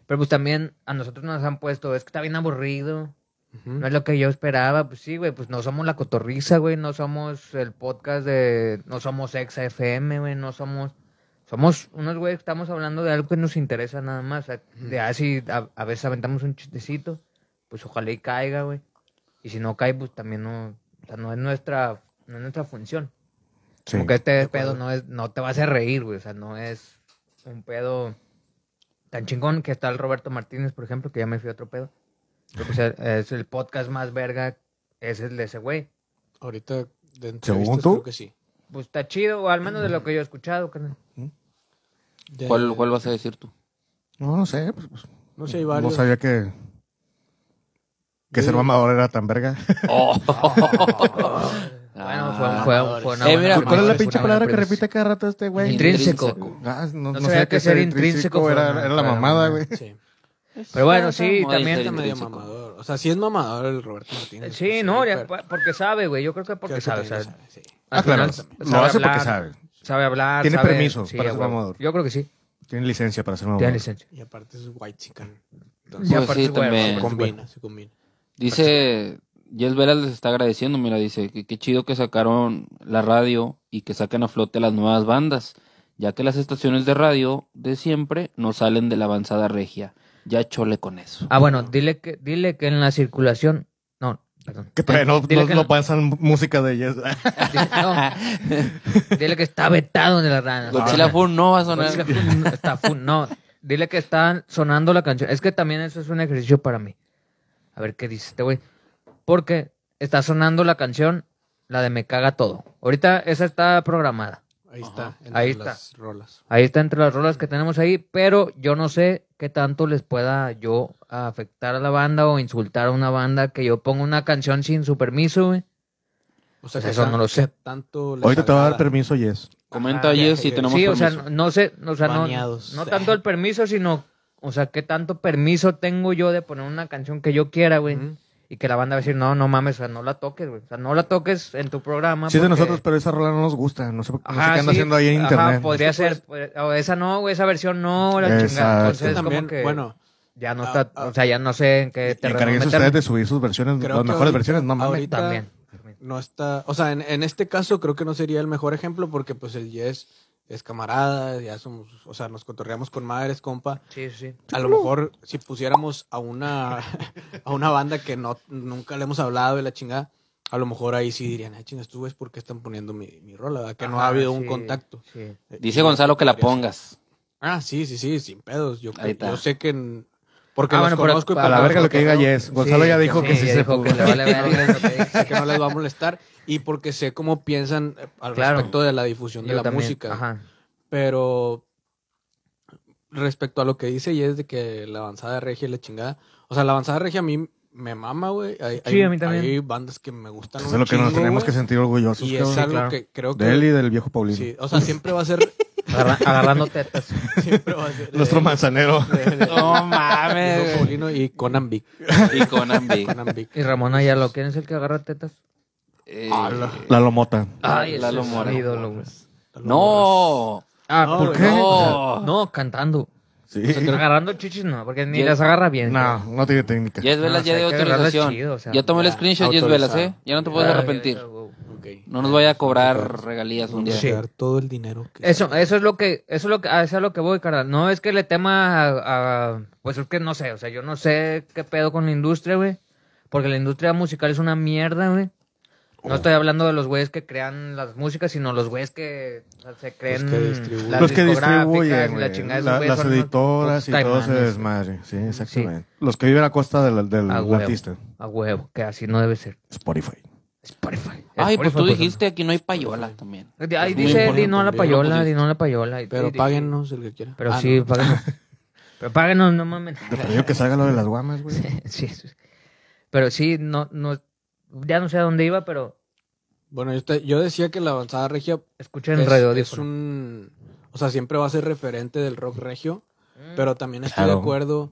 A: Pero pues también a nosotros nos han puesto, es que está bien aburrido.
B: Ujú.
A: No es lo que yo esperaba, pues sí, güey, pues no somos la cotorriza, güey, no somos el podcast de, no somos Exa FM, güey, no somos, somos unos güey que estamos hablando de algo que nos interesa nada más, o sea, de así, a, a veces aventamos un chistecito, pues ojalá y caiga, güey, y si no cae, pues también no, o sea, no es nuestra, no es nuestra función,
C: Sí.
A: como que este
B: acuerdo.
A: pedo no es, no te va a hacer reír, güey, o sea, no es un pedo tan chingón que está el Roberto Martínez, por ejemplo, que ya me fui a otro pedo. Creo que es el- es el podcast más verga, es el de ese güey.
B: Ahorita, de
C: ¿Según
B: entrevistas,
C: tú?
B: creo que sí.
A: Pues está chido, o al menos de lo que yo he escuchado, carnal.
B: De-
D: ¿Cuál, ¿Cuál vas a decir tú?
C: No, no sé. pues, pues,
B: No sé, hay
C: no
B: varios.
C: sabía que. Que
B: Yo
C: ser
B: digo-
C: mamador era tan verga.
D: Oh.
A: Bueno,
D: Ah.
A: fue, fue, fue una
D: Eh,
A: buena forma
C: ¿Cuál
D: mira,
C: es
A: de
C: la
D: mamador
C: pinche
A: una
C: palabra que
A: buena
C: repite cada rato este güey?
A: Intrínseco.
C: Ah, no,
A: No
C: no
A: sabía
C: sabía que ser intrínseco
A: fuera-
C: era, era
A: fuera
C: la
A: mamada.
C: mamada, güey.
B: Sí.
A: Pero bueno, sí,
D: Como
A: también-
D: dice el
B: medio
D: intrínseco.
B: mamador. O sea, sí es mamador el Roberto Martínez. pues,
A: premisa. Sí, no, ya,
B: pero-
A: pa- porque sabe, güey. Yo creo que porque
B: creo que
A: sabe.
B: también
A: sabe,
B: lo sabe, sí.
C: Ah, claro.
A: Al final,
C: Lo hace porque
A: hablar,
C: sabe.
A: Sabe hablar.
C: Tiene
A: sabe-
C: permiso para
A: a
C: ser
A: huevo.
C: mamador.
A: Yo creo que sí.
C: Tiene licencia para ser mamador.
A: Tiene licencia.
B: Y aparte es white chicken.
A: Y
B: Entonces,
D: Pues
A: aparte
D: sí,
A: es güero,
D: también.
B: se
A: aparte es güero.
B: combina, se combina.
D: Dice, Jess Vera les está agradeciendo, mira, dice, que qué chido que sacaron la radio y que sacan a flote las nuevas bandas, ya que las estaciones de radio de siempre no salen de la avanzada regia. Ya chole con eso.
A: Ah, bueno, dile que, dile que en la circulación. No, perdón.
C: Que todavía no,
A: Dile
C: no,
A: que
C: no
A: no.
C: pasan música de Yes.
A: Dile, no, dile que está vetado de las ranas.
D: Godzilla Fur no va a
A: Ah, Godzilla
D: sonar.
A: Fun- no, está Fun, no. Dile que está sonando la canción. Es que también eso es un ejercicio para mí. A ver qué dice este güey. Porque está sonando la canción, la de Me Caga Todo. Ahorita esa está programada.
B: Ahí
D: Ajá.
B: está, entre
A: Ahí
B: las rolas.
A: Ahí está entre las rolas que tenemos ahí, pero yo no sé qué tanto les pueda yo afectar a la banda o insultar a una banda que yo ponga una canción sin su permiso, güey.
B: O
A: Pues eso
B: tan-
A: no lo sé.
B: Tanto les
C: Ahorita te va a dar
B: agrada.
C: permiso, Yes.
D: Comenta
B: Ajá, ya,
D: Jess si
B: ya,
D: tenemos
A: Sí, o sea,
D: permiso.
A: no, no sé, o sea, no,
B: Baneados.
A: no tanto el permiso, sino, o sea, qué tanto permiso tengo yo de poner una canción que yo quiera, güey.
B: Ujú.
A: Y que la banda va a decir, no, no mames, o sea, no la toques, güey. O sea, no la toques en tu programa.
C: Sí es de
A: porque-
C: nosotros, pero esa rola no nos gusta. No sé, no sé
A: Ajá,
C: qué anda
A: sí,
C: haciendo ahí en
A: ajá,
C: internet.
A: podría ser, pues, o esa no, güey, esa versión no, la
C: Exacto.
A: chingada.
C: Es que
A: Entonces,
B: También,
A: como que...
B: bueno,
A: Ya no
B: Ah,
A: está,
B: ah.
A: o sea, ya no sé en qué
C: Y
A: terreno
C: encarguense
A: meterme.
C: ustedes de subir sus versiones,
B: Creo
C: las
B: que
C: mejores
B: ahorita-
C: versiones, no mames.
B: Ah, ahorita-
A: También.
B: no está, o sea, en, en este caso creo que no sería el mejor ejemplo porque pues el Yes es camarada, ya somos, o sea, nos cotorreamos con madres, compa.
A: Sí, sí.
B: A lo mejor si pusiéramos a una a una banda que no nunca le hemos hablado y la chingada, a lo mejor ahí sí dirían, "Ah, chingas, tú ves por qué están poniendo mi, mi rola, ¿verdad? que no ha
A: Ajá,
B: habido un
A: sí,
B: contacto."
A: sí.
D: Dice Gonzalo que la pongas.
B: Ah, sí, sí, sí, sin pedos. Yo,
D: Ahí está.
B: yo sé que en- porque
A: Ah,
B: los
A: bueno, pero
B: conozco y
A: para
C: A la
B: porque
C: verga
B: los
C: lo que diga
B: cotorreo.
C: Yes. Gonzalo
A: Sí,
C: ya dijo que
A: sí,
C: sí
A: ya
C: se
A: dijo
C: pudo.
A: que le vale verga lo que dice.
B: sé que no les va a molestar y porque sé cómo piensan eh, al
A: Claro.
B: respecto de la difusión de
A: Yo
B: la
A: también,
B: música.
A: Ajá.
B: Pero respecto a lo que dice y es de que la avanzada regia y la chingada, o sea, la avanzada regia a mí me mama, güey. Hay,
A: Sí,
B: hay-
A: a mí también.
B: hay bandas que me gustan
C: Eso
B: un
C: es lo que nos
B: chingo,
C: tenemos que
B: güey,
C: sentir orgullosos.
B: y
C: cabrón.
B: es algo
A: Sí, claro.
B: que creo que
C: De él y del viejo Paulino.
B: sí, o sea, siempre va a ser
A: Agarra- agarrando tetas.
B: siempre va a ser
C: Nuestro
B: de-
C: manzanero.
B: de- de-
D: No
B: Diego
D: mames.
B: Paulino y Conan Big.
D: Y Conan B.
B: Conan Big.
A: Y Ramón
C: Pues
A: Ayalo, ¿quién es el que agarra tetas?
D: Eh,
A: Ah,
C: La lomota.
A: Ay, ese
D: Lalo
A: es
D: Mora.
A: mi ídolo, güey.
D: No.
A: Ah,
B: No,
A: ¿por
B: güey,
A: qué?
D: no.
A: O sea, no, cantando.
C: Sí.
A: Pues Agarrando chichis, no, porque ni
D: Yes.
A: las agarra bien.
C: No,
A: güey.
C: no tiene técnica.
D: Jess Velas
A: o
D: ya
A: sea,
D: de
A: hay que agarrarlo
D: autorización.
A: chido, o sea,
D: ya tomé el
B: ya,
D: screenshot, Jess Velas, ¿eh?
B: autorizado.
D: Ya no te puedes
A: Ay,
D: arrepentir.
A: eso, güey.
B: Ok.
D: No nos vaya a cobrar regalías un
B: Vamos
D: día.
B: a dar todo el dinero que
A: Eso, eso es lo que, eso es lo que, a eso es lo que voy, carnal. No es que le tema a, a- pues es que no sé, o sea, yo no sé qué pedo con la industria, güey. Porque la industria musical es una mierda, güey. No estoy hablando de los güeyes que crean las músicas, sino los güeyes que o sea, se creen
B: que distribuyen.
A: las
C: Los que
A: discográficas y
C: distribuyen,
A: la
C: güey.
A: chingada de esos
C: La-
A: güeyes
C: las
A: son unos
C: editoras y
A: putos
C: todo ese
A: caimanes,
C: desmadre. Sí, exactamente. Los que viven a costa del, del
A: A huevo.
C: artista.
A: A huevo, que así no debe ser.
C: Spotify.
A: Spotify.
D: Ay,
A: Spotify,
D: pues tú dijiste, aquí no hay payola también.
A: Ahí
D: Es muy
A: dice,
D: importante,
A: di no a la
D: yo lo
A: payola,
D: pusiste.
A: di no a la payola. y-
B: Pero
A: y-
B: páguennos el que quiera.
A: Pero
B: Ah,
A: sí,
B: no.
A: páguenos. Pero páguenos, no mames.
C: Te pedí que salga lo de las guamas, güey.
A: Sí, sí. Pero sí, no, no, ya no sé a dónde iba, pero
B: Bueno, yo, te- yo decía que la avanzada regia
A: escuchen en
B: es,
A: radio.
B: es un... O sea, siempre va a ser referente del rock regio,
A: "Mm,
B: pero también estoy
C: Claro.
B: de acuerdo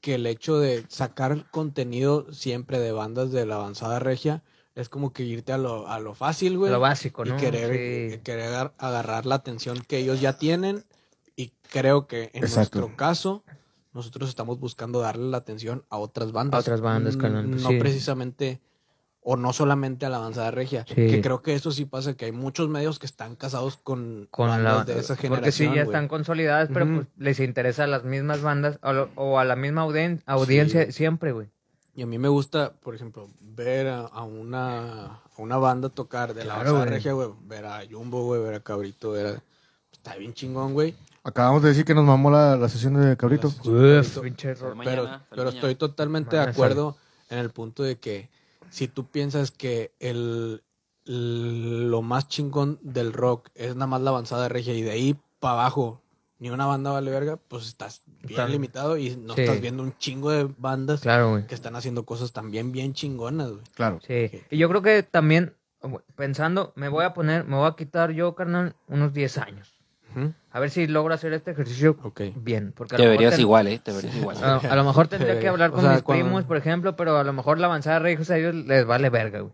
B: que el hecho de sacar contenido siempre de bandas de la avanzada regia es como que irte a lo, a lo fácil, güey.
A: lo básico,
B: y
A: ¿no?
B: querer, eh,
A: Sí.
B: querer agar- agarrar la atención que ellos ya tienen. Y creo que en
C: Exacto.
B: nuestro caso, nosotros estamos buscando darle la atención a otras bandas.
A: A otras bandas,
B: Mm,
A: carnal, pues
B: No
A: sí.
B: precisamente, o no solamente a la avanzada regia.
A: Sí.
B: Que creo que eso sí pasa, que hay muchos medios que están casados con,
A: Con la,
B: bandas de esa generación.
A: porque sí, ya
B: güey.
A: están consolidadas, pero
B: Ujú.
A: pues, les interesa a las mismas bandas a lo- o a la misma audien- audiencia
B: Sí.
A: siempre, güey.
B: Y a mí me gusta, por ejemplo, ver a, a una, a una banda tocar de la
A: Claro,
B: avanzada
A: güey.
B: regia, güey. Ver a Jumbo, güey, ver a Cabrito, ver a- Está bien chingón, güey.
C: Acabamos de decir que nos mamó la, la sesión de Cabrito.
B: Las-
A: Uf, pinche
D: Pero
A: error.
B: pero,
D: mañana,
B: pero
D: mañana.
B: estoy totalmente de
A: Mañana
B: acuerdo en el punto de que si tú piensas que el, l- lo más chingón del rock es nada más la avanzada regia y de ahí para abajo ni una banda vale verga, pues estás bien
A: Claro.
B: limitado y no
A: Sí.
B: estás viendo un chingo de bandas
A: Claro, güey.
B: que están haciendo cosas también bien chingonas, güey.
C: Claro.
A: Sí. Y yo creo que también, pensando, me voy a poner, me voy a quitar yo, carnal, unos 10 años. A ver si logro hacer este ejercicio
B: Ok.
A: bien. Porque a lo
D: Te
A: mejor
D: verías
A: ten-
D: igual, ¿eh? Te verías igual.
C: Ah.
A: A, a lo mejor tendría que hablar
B: O
A: con
B: sea,
A: mis
B: cuando-
A: primos, por ejemplo, pero a lo mejor la avanzada de hijos a ellos les vale verga, güey.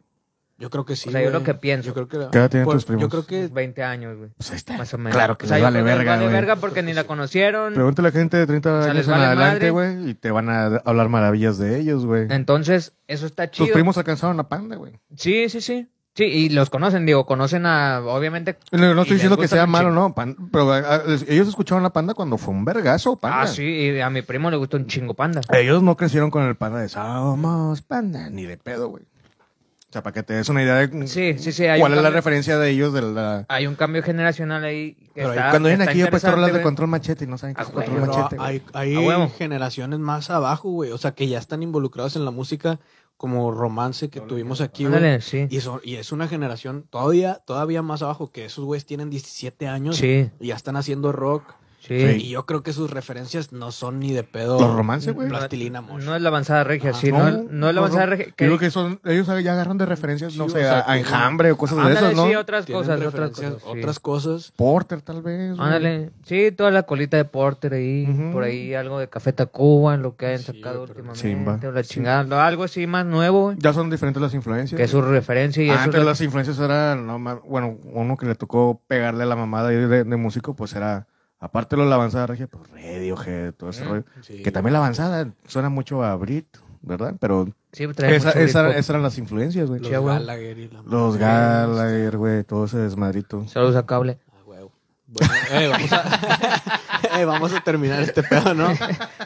B: Yo creo que sí.
A: O sea, yo
B: güey.
A: lo que pienso.
B: Yo creo que,
C: ¿Qué edad tienen tus
B: Yo
C: primos?
B: creo que
A: 20 años, güey.
C: Pues ahí está.
A: Más o menos.
D: Claro que
A: O sea,
D: les
A: yo
C: vale
A: creo que les
C: verga,
A: vale
C: güey.
A: verga porque ni la conocieron.
C: Pregúntale a la gente de 30
A: sea, les
C: años en
A: vale madre.
C: adelante, güey, y te van a hablar maravillas de ellos, güey.
A: Entonces, eso está
C: Tus
A: chido.
C: primos alcanzaron a Panda, güey.
A: Sí, sí, sí. Sí, y los conocen, digo, conocen a, obviamente.
C: No,
A: y
C: no
A: les
C: estoy diciendo que
A: gusta
C: sea
A: un
C: malo,
A: chingo.
C: no, pan- pero a- a- ellos escucharon a Panda cuando fue un vergazo, Panda.
A: Ah, sí, y a mi primo le gusta un chingo panda.
C: Ellos no crecieron con el Panda de Somos Panda, ni de pedo, güey. O sea, para que te des una idea de
A: Sí, sí, sí, hay
C: cuál
A: un
C: es la
A: cambio.
C: referencia de ellos de la...
A: Hay un cambio generacional ahí. que
C: Pero ahí
A: está-
C: cuando
A: que
C: vienen
A: Ah, está
C: aquí yo he puesto rolas de
A: interesante,
C: Control Machete y no saben qué
A: Ah,
C: es
A: güey,
C: Control
A: bro,
B: Pero
C: Machete, güey.
B: hay, hay
A: A huevo.
B: generaciones más abajo, güey. O sea, que ya están involucrados en la música como romance que tuvimos aquí,
A: güey.
B: güey.
A: Ándale, sí.
B: Y, son- y es una generación todavía, todavía más abajo que esos güeyes tienen 17 años
A: Sí,
B: y ya están haciendo rock.
A: sí.
B: Y yo creo que sus referencias no son ni de pedo.
C: Los romances, güey.
B: Plastilina Mosh.
A: No es la avanzada regia,
C: Ah,
B: Ajá.
A: sí. No, no es la avanzada regia.
C: Yo creo que son, ellos ya agarran de referencias, no
B: Sí,
C: sé,
B: o sea,
C: a, a enjambre o cosas
A: Ándale,
C: de esas, ¿no?
A: sí, otras
B: Tienen
A: cosas, otras
B: referencias,
A: cosas. sí.
B: otras cosas.
C: Porter, tal vez. güey.
A: Ándale, sí, toda la colita de Porter ahí,
C: Ujú.
A: por ahí algo de Café Tacuba, lo que hayan
B: Sí,
A: sacado
B: güey, pero-
A: últimamente,
C: Simba.
A: o la chingada, lo- algo así más nuevo, güey,
C: Ya son diferentes las influencias.
A: que es su referencia y eso.
C: Antes Ah, las influencias eran, no, ma- bueno, uno que le tocó pegarle a la mamada de, de- de músico, pues era, aparte de lo de la avanzada regia, pues Radiohead, todo ese
A: Mm,
C: rollo.
B: Sí.
C: Que también la avanzada suena mucho a Brit, ¿verdad? Pero
A: sí, trae
C: esa,
A: mucho
C: esa-
A: Britpop.
C: esas eran las influencias, güey.
B: Los
A: Sí, güey.
B: Gallagher y la
C: Los Gallagher, güey, todo ese desmadrito.
A: Saludos a Cable.
B: Ah, huevo. Bueno, eh, vamos, a, eh, vamos a terminar este pedo, ¿no?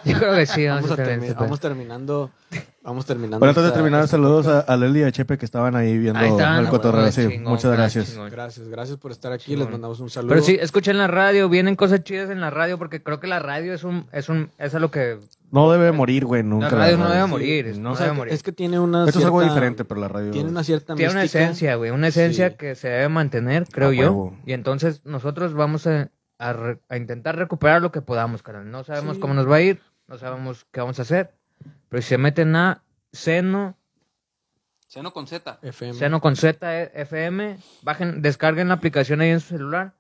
A: Yo creo que sí, vamos,
B: Vamos,
A: a
B: a
A: tener este
B: termi-
A: ese
B: vamos terminando. Vamos terminando.
C: Bueno, antes de
B: esta-
C: terminar,
B: esta-
C: saludos a, a Leli y a Chepe que estaban ahí viendo
A: Ahí están,
C: el
A: ah,
C: cotorreo.
A: bueno,
C: Sí,
A: chingón,
C: muchas
A: ah,
C: gracias.
A: chingón.
B: Gracias, gracias por estar aquí.
A: Chingón.
B: Les mandamos un saludo.
A: Pero sí, escuchen la radio, vienen cosas chidas en la radio, porque creo que la radio es un, es un, es a lo que,
C: No debe morir, güey,
A: la
C: nunca.
A: radio no debe
C: verdad.
A: morir,
C: Sí,
A: no,
C: no.
B: O sea,
A: debe morir.
B: es que tiene una
C: Esto es algo
B: cierta-
C: diferente, pues, pero la radio.
B: Tiene una cierta
A: Tiene una
B: mística.
A: esencia, güey, una esencia
B: Sí.
A: que se debe mantener, creo yo.
C: huevo.
A: Y entonces nosotros vamos a, a re- a intentar recuperar lo que podamos, carnal. No sabemos
B: Sí.
A: cómo nos va a ir, no sabemos qué vamos a hacer. Pero si se meten a seno,
D: Seno con Z.
B: FM.
A: seno con Z eh, FM, bajen, descarguen la aplicación ahí en su celular.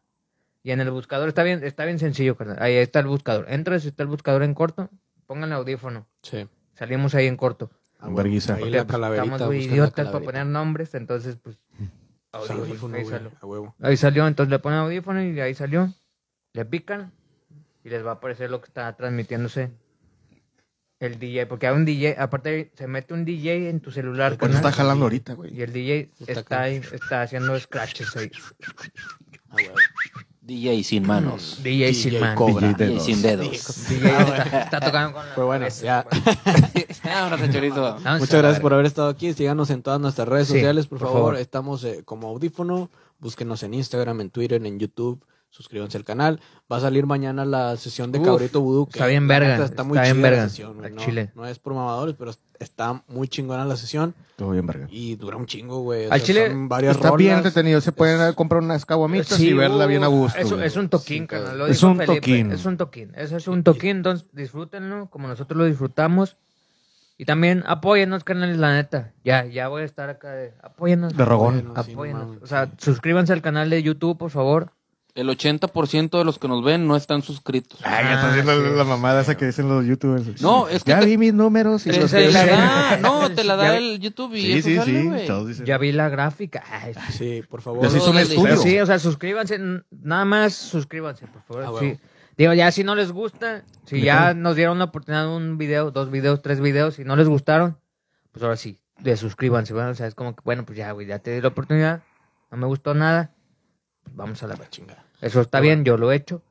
A: Y en el buscador está bien, está bien sencillo, carnal. Ahí está el buscador. Entras, está el buscador en corto, pongan el audífono.
B: Sí.
A: Salimos ahí en corto.
B: Ah, bueno,
C: Verguiza.
B: ahí
A: Porque,
B: la
A: pues,
B: calaverita,
A: estamos muy
B: buscan la
A: idiotas para
B: calaverita.
A: poner nombres, entonces pues
B: O sea,
A: audífono,
B: audífono,
A: ahí
B: güey,
A: salió.
B: a huevo.
A: Ahí salió, entonces le ponen audífono y ahí salió. Le pican y les va a aparecer lo que está transmitiéndose el DJ. Porque hay un DJ, aparte se mete un DJ en tu celular.
C: Pues
A: carnal,
C: está jalando ahorita, güey.
A: y el DJ
B: Está
A: está,
B: acá.
A: ahí, está haciendo scratches ahí.
B: A huevo.
D: DJ sin manos.
A: DJ,
B: DJ
A: Silman.
B: Cobra.
C: DJ
D: DJ
C: Mm. dedos.
D: sin dedos.
A: DJ está tocando con la
B: Pues bueno,
A: cabeza.
B: ya.
D: Ahora se Ah,
C: Ah,
D: chorizo.
A: Vamos a
B: Muchas gracias
A: ver.
B: por haber estado aquí. Síganos en todas nuestras redes
A: Sí,
B: sociales, por,
A: por
B: favor.
A: favor.
B: Estamos eh, como audífono. Búsquenos en Instagram, en Twitter, en YouTube. Suscríbanse al canal. Va a salir mañana la sesión de
A: Uf,
B: Cabrito Vudú. que
A: está bien
B: la
A: verga,
B: neta
A: está bien
B: chida la
A: verga,
B: sesión, güey,
A: al
B: no,
A: chile.
B: no es por mamadores, pero está muy chingona la sesión
C: Todo bien, verga.
B: y dura un chingo, güey. O
A: Al
B: sea,
A: chile
B: son varias
C: Está bien
B: rolas.
C: entretenido. Se pueden
B: Es-
C: comprar unas caguamitas
A: Sí,
C: y verla bien a gusto.
A: Es,
C: güey.
A: es un
B: Sí,
A: toquín, carnal. Lo
C: es
A: dijo
C: un
A: Felipe,
C: toquín.
A: Es un toquín. Eso es un toquín. Entonces, disfrútenlo como nosotros lo disfrutamos. Y también apóyennos, carnales, la neta. Ya, ya voy a estar acá. De, apóyennos.
C: De rogón.
B: Bueno, sí, no
A: Apóyennos.
B: mames.
A: o sea, suscríbanse al canal de YouTube, por favor.
D: El 80% de los que nos ven no están suscritos.
C: Ah, ya está haciendo
A: Ah,
C: la-
A: sí,
C: la mamada esa que dicen los youtubers.
D: No, es que
C: Ya
D: te-
C: vi mis números y
D: Te
C: los
A: sí,
D: te
C: que...
D: la
A: sí.
D: da, no, te
A: Ya
D: la da
A: ve-
D: el YouTube y
C: Sí,
D: eso
C: sí,
D: sale,
C: sí.
D: güey.
C: Todos dicen.
A: Ya vi la gráfica. Ay,
B: Sí, por favor.
C: Les hizo un
D: Órale.
C: estudio.
A: sí, o sea, suscríbanse. n- Nada más suscríbanse, por favor.
B: Ah,
A: sí.
B: huevo.
A: Digo, ya si no les gusta, si ya nos dieron la oportunidad de un video, dos videos, tres videos, si no les gustaron, pues ahora sí, de suscríbanse. Bueno, o sea, es como que, bueno, pues ya, güey, ya te di la oportunidad, no me gustó nada, pues vamos a la
B: La chingada.
A: Eso está bien, yo lo he hecho.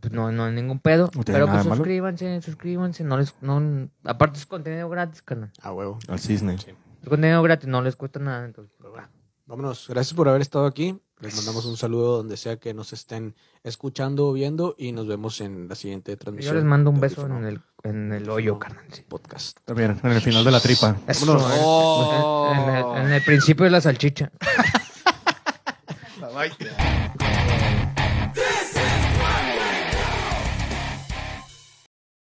A: Pues no, no hay ningún pedo.
C: No tiene
A: pero
C: nada
A: pues
C: de malo.
A: suscríbanse, suscríbanse. No les, no, aparte es contenido gratis, carnal.
B: A huevo.
C: Al cisne.
B: Sí.
A: Es contenido gratis, no les cuesta nada. Entonces, pues, va.
B: Vámonos, gracias por haber estado aquí. Les mandamos un saludo donde sea que nos estén escuchando o viendo y nos vemos en la siguiente
A: yo
B: transmisión.
A: les mando un
B: de
A: beso en
B: Audífono
A: el, en el hoyo, carnal. sí.
B: Podcast.
C: También, en el final de la tripa.
A: Eso,
B: Vámonos.
A: eh.
D: Oh.
A: En- en el- en el principio de la salchicha.